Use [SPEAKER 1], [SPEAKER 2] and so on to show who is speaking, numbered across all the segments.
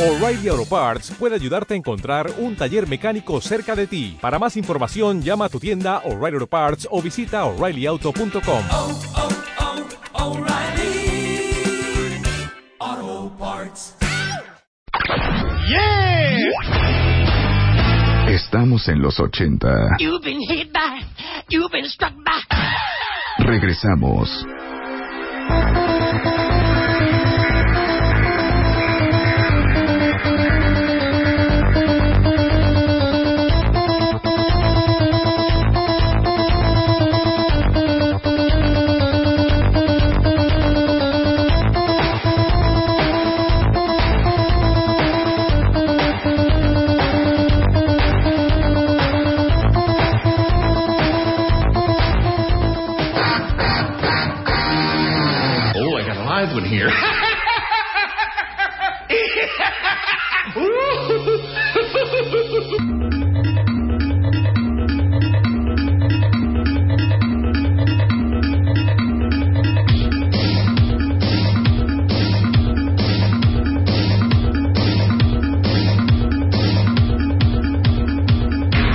[SPEAKER 1] O'Reilly Auto Parts puede ayudarte a encontrar un taller mecánico cerca de ti. Para más información, llama a tu tienda O'Reilly Auto Parts o visita oreillyauto.com.
[SPEAKER 2] oh, oh, oh, O'Reilly. Auto Parts.
[SPEAKER 3] Estamos en los 80.
[SPEAKER 4] You've been hit by, you've been struck by.
[SPEAKER 3] Regresamos.
[SPEAKER 5] Oh, I got a live one here.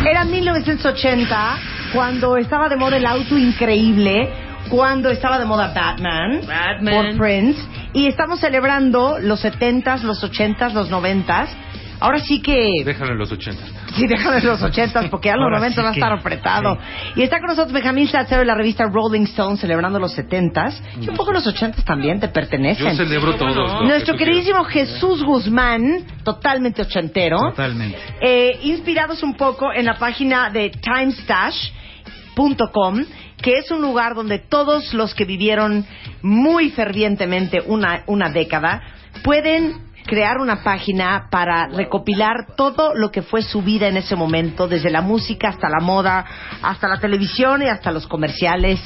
[SPEAKER 6] Era 1980, cuando estaba de moda el auto increíble, cuando estaba de moda Batman, por Prince, y estamos celebrando los 70s, los 80s, los 90s. Ahora sí que,
[SPEAKER 5] Déjalo en los 80.
[SPEAKER 6] sí, déjame los 80s, porque ya los
[SPEAKER 5] Ahora
[SPEAKER 6] 90
[SPEAKER 5] sí
[SPEAKER 6] va a
[SPEAKER 5] que-
[SPEAKER 6] estar apretado. Y está con nosotros Benjamín Salcedo de la revista Rolling Stone celebrando los 70s. Y un poco los 80s también te pertenecen.
[SPEAKER 5] Yo celebro todos. lo
[SPEAKER 6] Nuestro
[SPEAKER 5] que tú quieras.
[SPEAKER 6] queridísimo Jesús Guzmán, totalmente ochentero.
[SPEAKER 7] Totalmente.
[SPEAKER 6] Eh, inspirados un poco en la página de timestash.com, que es un lugar donde todos los que vivieron muy fervientemente una, una década pueden crear una página para recopilar todo lo que fue su vida en ese momento, desde la música hasta la moda, hasta la televisión y hasta los comerciales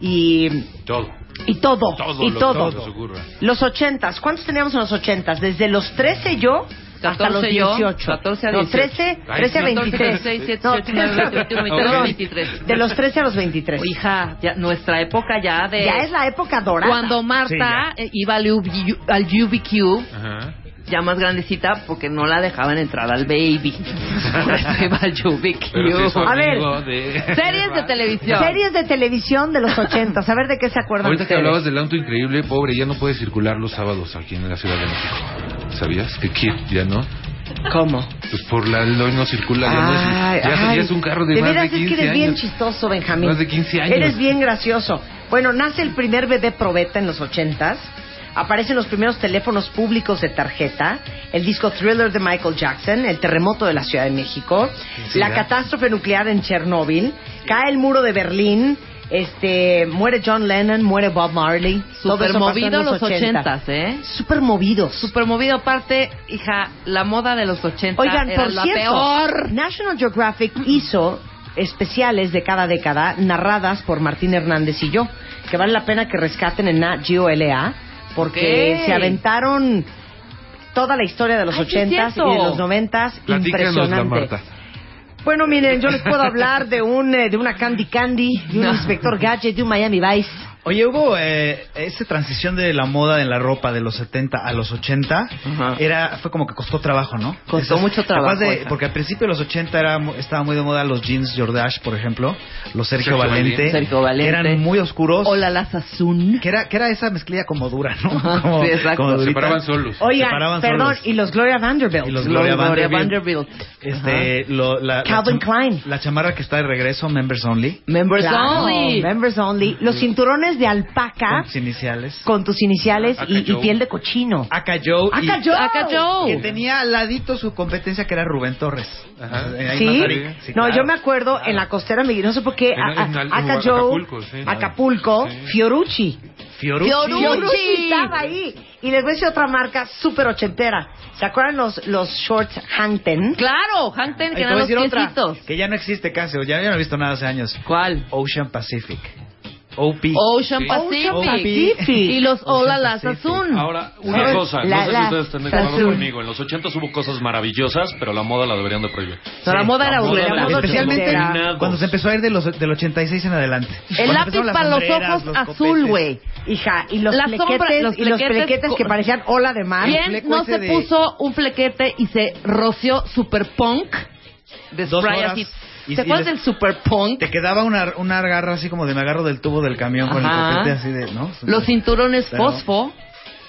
[SPEAKER 6] y,
[SPEAKER 5] Todo.
[SPEAKER 6] y todo,
[SPEAKER 5] Todo
[SPEAKER 6] y
[SPEAKER 5] lo-
[SPEAKER 6] todo.
[SPEAKER 5] todo se ocurra.
[SPEAKER 6] Los ochentas, ¿cuántos teníamos en los ochentas? Desde los 13 yo hasta
[SPEAKER 8] 14
[SPEAKER 6] los
[SPEAKER 8] yo,
[SPEAKER 6] 18.
[SPEAKER 8] 14 a
[SPEAKER 6] No,
[SPEAKER 8] 18.
[SPEAKER 6] 13,
[SPEAKER 5] Ay,
[SPEAKER 6] 13 a
[SPEAKER 8] 14,
[SPEAKER 6] 23.
[SPEAKER 8] 16, 17,
[SPEAKER 6] No,
[SPEAKER 8] 18, 19, 20,
[SPEAKER 6] perdón,
[SPEAKER 8] 23.
[SPEAKER 6] De los 13 a los 23.
[SPEAKER 8] Hija, ya, nuestra época ya de...
[SPEAKER 6] Ya es la época dorada.
[SPEAKER 8] Cuando Marta eh, iba al, UV al UBQ,
[SPEAKER 5] Ajá.
[SPEAKER 8] ya más grandecita, porque no la dejaban entrar al baby. Por eso iba al UBQ.
[SPEAKER 5] Pero sí es
[SPEAKER 6] A ver,
[SPEAKER 5] amigo de-
[SPEAKER 8] Series de televisión.
[SPEAKER 6] Series de televisión de los 80. A ver de qué se acuerdan
[SPEAKER 5] Ahorita que
[SPEAKER 6] ustedes.
[SPEAKER 5] hablabas del auto increíble, pobre, ya no puede circular los sábados aquí en la Ciudad de México. ¿Sabías? Que Kid ya no.
[SPEAKER 6] ¿Cómo?
[SPEAKER 5] Pues por la ley no circula, ya no es, ya, ya es un carro de, más
[SPEAKER 6] veras
[SPEAKER 5] de 15
[SPEAKER 6] es que eres
[SPEAKER 5] años.
[SPEAKER 6] bien chistoso, Benjamín.
[SPEAKER 5] Más de 15 años.
[SPEAKER 6] Eres bien gracioso. Bueno, nace el primer bebé probeta en los 80s. Aparecen los primeros teléfonos públicos de tarjeta, el disco Thriller de Michael Jackson, el terremoto de la Ciudad de México,
[SPEAKER 5] Sí,
[SPEAKER 6] la
[SPEAKER 5] ¿verdad?
[SPEAKER 6] catástrofe nuclear en Chernóbil, cae el muro de Berlín, este, muere John Lennon, muere Bob Marley. Todo
[SPEAKER 8] Super
[SPEAKER 6] eso pasó en
[SPEAKER 8] movido los
[SPEAKER 6] 80s.
[SPEAKER 8] ochentas, ¿eh?
[SPEAKER 6] Super movidos.
[SPEAKER 8] Super movido aparte, hija, la moda de los ochentas
[SPEAKER 6] Oigan,
[SPEAKER 8] era
[SPEAKER 6] por
[SPEAKER 8] la
[SPEAKER 6] cierto,
[SPEAKER 8] peor.
[SPEAKER 6] National Geographic hizo especiales de cada década narradas por Martín Hernández y yo, que vale la pena que rescaten en Nat Geo LA, porque
[SPEAKER 8] Ok.
[SPEAKER 6] se aventaron toda la historia de los
[SPEAKER 8] Ay, sí es
[SPEAKER 6] ochentas y
[SPEAKER 8] cierto.
[SPEAKER 6] de los noventas,
[SPEAKER 5] Platícanosla,
[SPEAKER 6] impresionante.
[SPEAKER 5] Marta.
[SPEAKER 6] Bueno, miren, yo les puedo hablar de un eh, de una Candy Candy, de un
[SPEAKER 8] No.
[SPEAKER 6] Inspector Gadget, de un Miami Vice.
[SPEAKER 7] Oye, hubo eh, esa transición de la moda en la ropa de los 70 a los 80.
[SPEAKER 8] Ajá.
[SPEAKER 7] Era, fue como que costó trabajo, ¿no?
[SPEAKER 8] Costó mucho trabajo,
[SPEAKER 7] capaz de-
[SPEAKER 8] hija.
[SPEAKER 7] porque al principio de los 80 era, mu- estaba muy de moda los jeans Jordache, por ejemplo. Los Sergio,
[SPEAKER 5] Sergio
[SPEAKER 7] Valente.
[SPEAKER 5] Valente.
[SPEAKER 8] Sergio Valente.
[SPEAKER 7] Eran muy oscuros.
[SPEAKER 8] O la Lazazun.
[SPEAKER 7] Que era, que era esa mezclilla como dura, ¿no?
[SPEAKER 8] Ajá,
[SPEAKER 7] Como,
[SPEAKER 8] sí, exacto.
[SPEAKER 7] como
[SPEAKER 8] Se
[SPEAKER 5] Se
[SPEAKER 7] durita.
[SPEAKER 5] paraban solos.
[SPEAKER 6] Oigan,
[SPEAKER 7] paraban
[SPEAKER 6] perdón,
[SPEAKER 7] solos.
[SPEAKER 6] y los Gloria Vanderbilt.
[SPEAKER 7] Y los Gloria
[SPEAKER 8] Gloria
[SPEAKER 7] Vanderbilt.
[SPEAKER 8] Vanderbilt.
[SPEAKER 7] Este, lo- la, la
[SPEAKER 6] Calvin
[SPEAKER 7] cham-
[SPEAKER 6] Klein.
[SPEAKER 7] La chamarra que está de regreso, Members Only.
[SPEAKER 8] Members
[SPEAKER 6] Claro,
[SPEAKER 8] only.
[SPEAKER 6] Members Only. Los cinturones de alpaca.
[SPEAKER 7] Mm. Con sus iniciales.
[SPEAKER 6] con tus iniciales
[SPEAKER 5] Acá
[SPEAKER 6] y, y
[SPEAKER 5] Joe.
[SPEAKER 6] piel de cochino.
[SPEAKER 7] Aka Joe. Ah, y-
[SPEAKER 6] ¡Aca Joe!
[SPEAKER 8] Acá
[SPEAKER 7] Que
[SPEAKER 8] Joe.
[SPEAKER 7] tenía al ladito su competencia que era Rubén Torres.
[SPEAKER 5] Ajá.
[SPEAKER 7] Eh, ahí
[SPEAKER 6] ¿Sí?
[SPEAKER 7] en
[SPEAKER 5] Mazarik.
[SPEAKER 7] Mazarik. Sí,
[SPEAKER 6] no,
[SPEAKER 7] claro. Ah.
[SPEAKER 6] yo me acuerdo en la costera, me- no sé por qué,
[SPEAKER 5] En-
[SPEAKER 6] a- a-
[SPEAKER 5] en al-
[SPEAKER 6] Aca
[SPEAKER 5] o
[SPEAKER 6] Joe,
[SPEAKER 5] Acapulco, sí.
[SPEAKER 6] Acapulco,
[SPEAKER 5] Sí.
[SPEAKER 6] Fiorucci.
[SPEAKER 7] Fiorucci.
[SPEAKER 8] Fiorucci.
[SPEAKER 6] estaba ahí. Y les voy a decir otra marca súper ochentera. ¿Se acuerdan los, los shorts Hankton?
[SPEAKER 8] Claro, Hank Ten,
[SPEAKER 7] Ay, te voy a
[SPEAKER 8] que eran los
[SPEAKER 7] decir otra,
[SPEAKER 8] piecitos.
[SPEAKER 7] que ya no existe casi, o ya, ya no he visto nada hace años.
[SPEAKER 8] ¿Cuál?
[SPEAKER 7] Ocean Pacific. OP.
[SPEAKER 8] Ocean Pacific.
[SPEAKER 6] Ocean Pacific.
[SPEAKER 8] Y los
[SPEAKER 7] Ocean
[SPEAKER 8] Ola Las
[SPEAKER 7] Pacific.
[SPEAKER 8] Azun.
[SPEAKER 9] Ahora, una
[SPEAKER 6] Sí.
[SPEAKER 9] cosa,
[SPEAKER 6] oh, La-
[SPEAKER 9] no sé
[SPEAKER 6] la-
[SPEAKER 9] si ustedes están de
[SPEAKER 6] la
[SPEAKER 9] acuerdo
[SPEAKER 6] azul.
[SPEAKER 9] conmigo. En los 80 hubo cosas maravillosas, pero la moda la deberían de prohibir.
[SPEAKER 8] No, la moda era
[SPEAKER 9] moda
[SPEAKER 8] horrible.
[SPEAKER 9] era
[SPEAKER 8] la moda
[SPEAKER 7] Especialmente
[SPEAKER 8] ochentera.
[SPEAKER 9] Dominados.
[SPEAKER 7] cuando se empezó a ir de los, del 86 en adelante.
[SPEAKER 8] El
[SPEAKER 7] Cuando
[SPEAKER 8] lápiz
[SPEAKER 7] empezaron las
[SPEAKER 8] para los
[SPEAKER 7] sombreras,
[SPEAKER 8] ojos
[SPEAKER 7] los
[SPEAKER 8] azul,
[SPEAKER 7] copetes.
[SPEAKER 8] güey.
[SPEAKER 6] Hija, y los
[SPEAKER 8] La
[SPEAKER 6] plequetes,
[SPEAKER 8] sombra- los
[SPEAKER 6] y los
[SPEAKER 8] plequetes
[SPEAKER 6] plequetes que
[SPEAKER 8] co-
[SPEAKER 6] parecían ola de mar.
[SPEAKER 8] Bien,
[SPEAKER 7] fleco
[SPEAKER 8] no
[SPEAKER 7] ese
[SPEAKER 8] se
[SPEAKER 7] de-
[SPEAKER 8] puso un flequete y se roció super punk de
[SPEAKER 7] Dos
[SPEAKER 8] spray
[SPEAKER 7] horas.
[SPEAKER 8] así.
[SPEAKER 7] Y-
[SPEAKER 8] ¿Te
[SPEAKER 7] y
[SPEAKER 8] acuerdas
[SPEAKER 7] les-
[SPEAKER 8] del super punk?
[SPEAKER 7] Te quedaba una, una garra así como de me agarro del tubo del camión con
[SPEAKER 8] Ajá.
[SPEAKER 7] el copete así de, ¿no?
[SPEAKER 8] Los Ah. cinturones
[SPEAKER 7] Pero-
[SPEAKER 8] fosfo,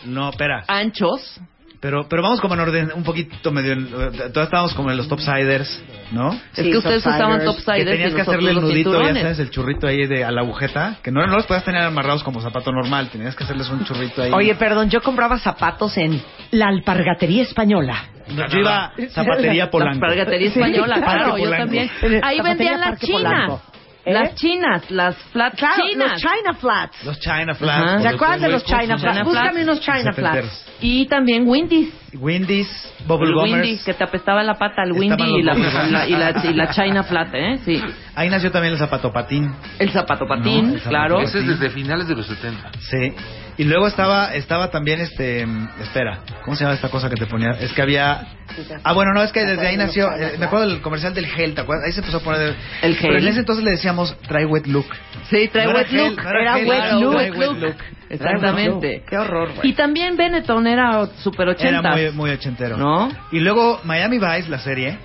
[SPEAKER 7] No, espera.
[SPEAKER 8] anchos.
[SPEAKER 7] Pero, pero vamos como en orden, un poquito medio. en- eh, Todos estábamos como en los topsiders, ¿no?
[SPEAKER 8] es que ustedes usaban
[SPEAKER 7] Que
[SPEAKER 8] topsiders
[SPEAKER 7] tenías
[SPEAKER 8] y
[SPEAKER 7] que
[SPEAKER 8] nosotros
[SPEAKER 7] hacerle el
[SPEAKER 8] Pues los
[SPEAKER 7] nudito, ya
[SPEAKER 8] cinturones.
[SPEAKER 7] sabes, el churrito ahí de, a la agujeta. Que no, no los podías tener amarrados como zapato normal, tenías que hacerles un churrito ahí.
[SPEAKER 6] Oye, perdón, yo compraba zapatos en la alpargatería española.
[SPEAKER 7] No, yo iba a zapatería polanco.
[SPEAKER 8] La pargatería
[SPEAKER 7] Sí,
[SPEAKER 8] española,
[SPEAKER 7] Parque
[SPEAKER 8] claro, yo
[SPEAKER 7] Polanco.
[SPEAKER 8] también.
[SPEAKER 6] Eh,
[SPEAKER 8] Ahí
[SPEAKER 6] la
[SPEAKER 8] vendían
[SPEAKER 6] Zapatería
[SPEAKER 8] las
[SPEAKER 6] Parque
[SPEAKER 8] chinas.
[SPEAKER 6] Polanco. ¿Eh?
[SPEAKER 8] Las chinas, las flat
[SPEAKER 6] Claro,
[SPEAKER 8] chinas.
[SPEAKER 6] los China Flats.
[SPEAKER 7] Los China
[SPEAKER 8] Ajá.
[SPEAKER 7] Flats.
[SPEAKER 6] ¿Se
[SPEAKER 7] ¿Te
[SPEAKER 6] acuerdan de los China Flats?
[SPEAKER 8] China
[SPEAKER 6] Búscame
[SPEAKER 8] Flats.
[SPEAKER 6] unos China Flats.
[SPEAKER 7] Setenteros.
[SPEAKER 8] y también Windy's.
[SPEAKER 7] Wendy's, Bubble
[SPEAKER 8] El Windy,
[SPEAKER 7] Bombers.
[SPEAKER 8] que te apestaba la pata, el
[SPEAKER 7] Estaban
[SPEAKER 8] Windy y la,
[SPEAKER 7] los dos.
[SPEAKER 8] la- y, la, y la China Flat, ¿eh? Sí.
[SPEAKER 7] Ahí nació también el zapato patín.
[SPEAKER 8] El zapato patín,
[SPEAKER 7] No, el zapato
[SPEAKER 8] claro.
[SPEAKER 5] Ese es desde finales de los 70.
[SPEAKER 7] Sí. Y luego estaba estaba también este mm, espera, ¿cómo se llama esta cosa que te ponía? Es que había Ah, bueno, no, es que desde ahí nació, eh, me acuerdo del comercial del gel, ¿te acuerdas? Ahí se empezó a poner
[SPEAKER 8] El gel.
[SPEAKER 7] Pero en ese entonces le decíamos try wet look.
[SPEAKER 8] Sí, trae
[SPEAKER 7] No era
[SPEAKER 8] wet
[SPEAKER 7] gel,
[SPEAKER 8] look.
[SPEAKER 7] no era
[SPEAKER 8] era
[SPEAKER 7] gel,
[SPEAKER 8] wet
[SPEAKER 7] era
[SPEAKER 8] look.
[SPEAKER 7] trae wet look. Trae wet
[SPEAKER 8] Exactamente.
[SPEAKER 7] look. Qué horror, güey.
[SPEAKER 8] Y también Benetton era super 80.
[SPEAKER 7] Era muy muy ochentero.
[SPEAKER 8] ¿No?
[SPEAKER 7] Y luego Miami Vice la serie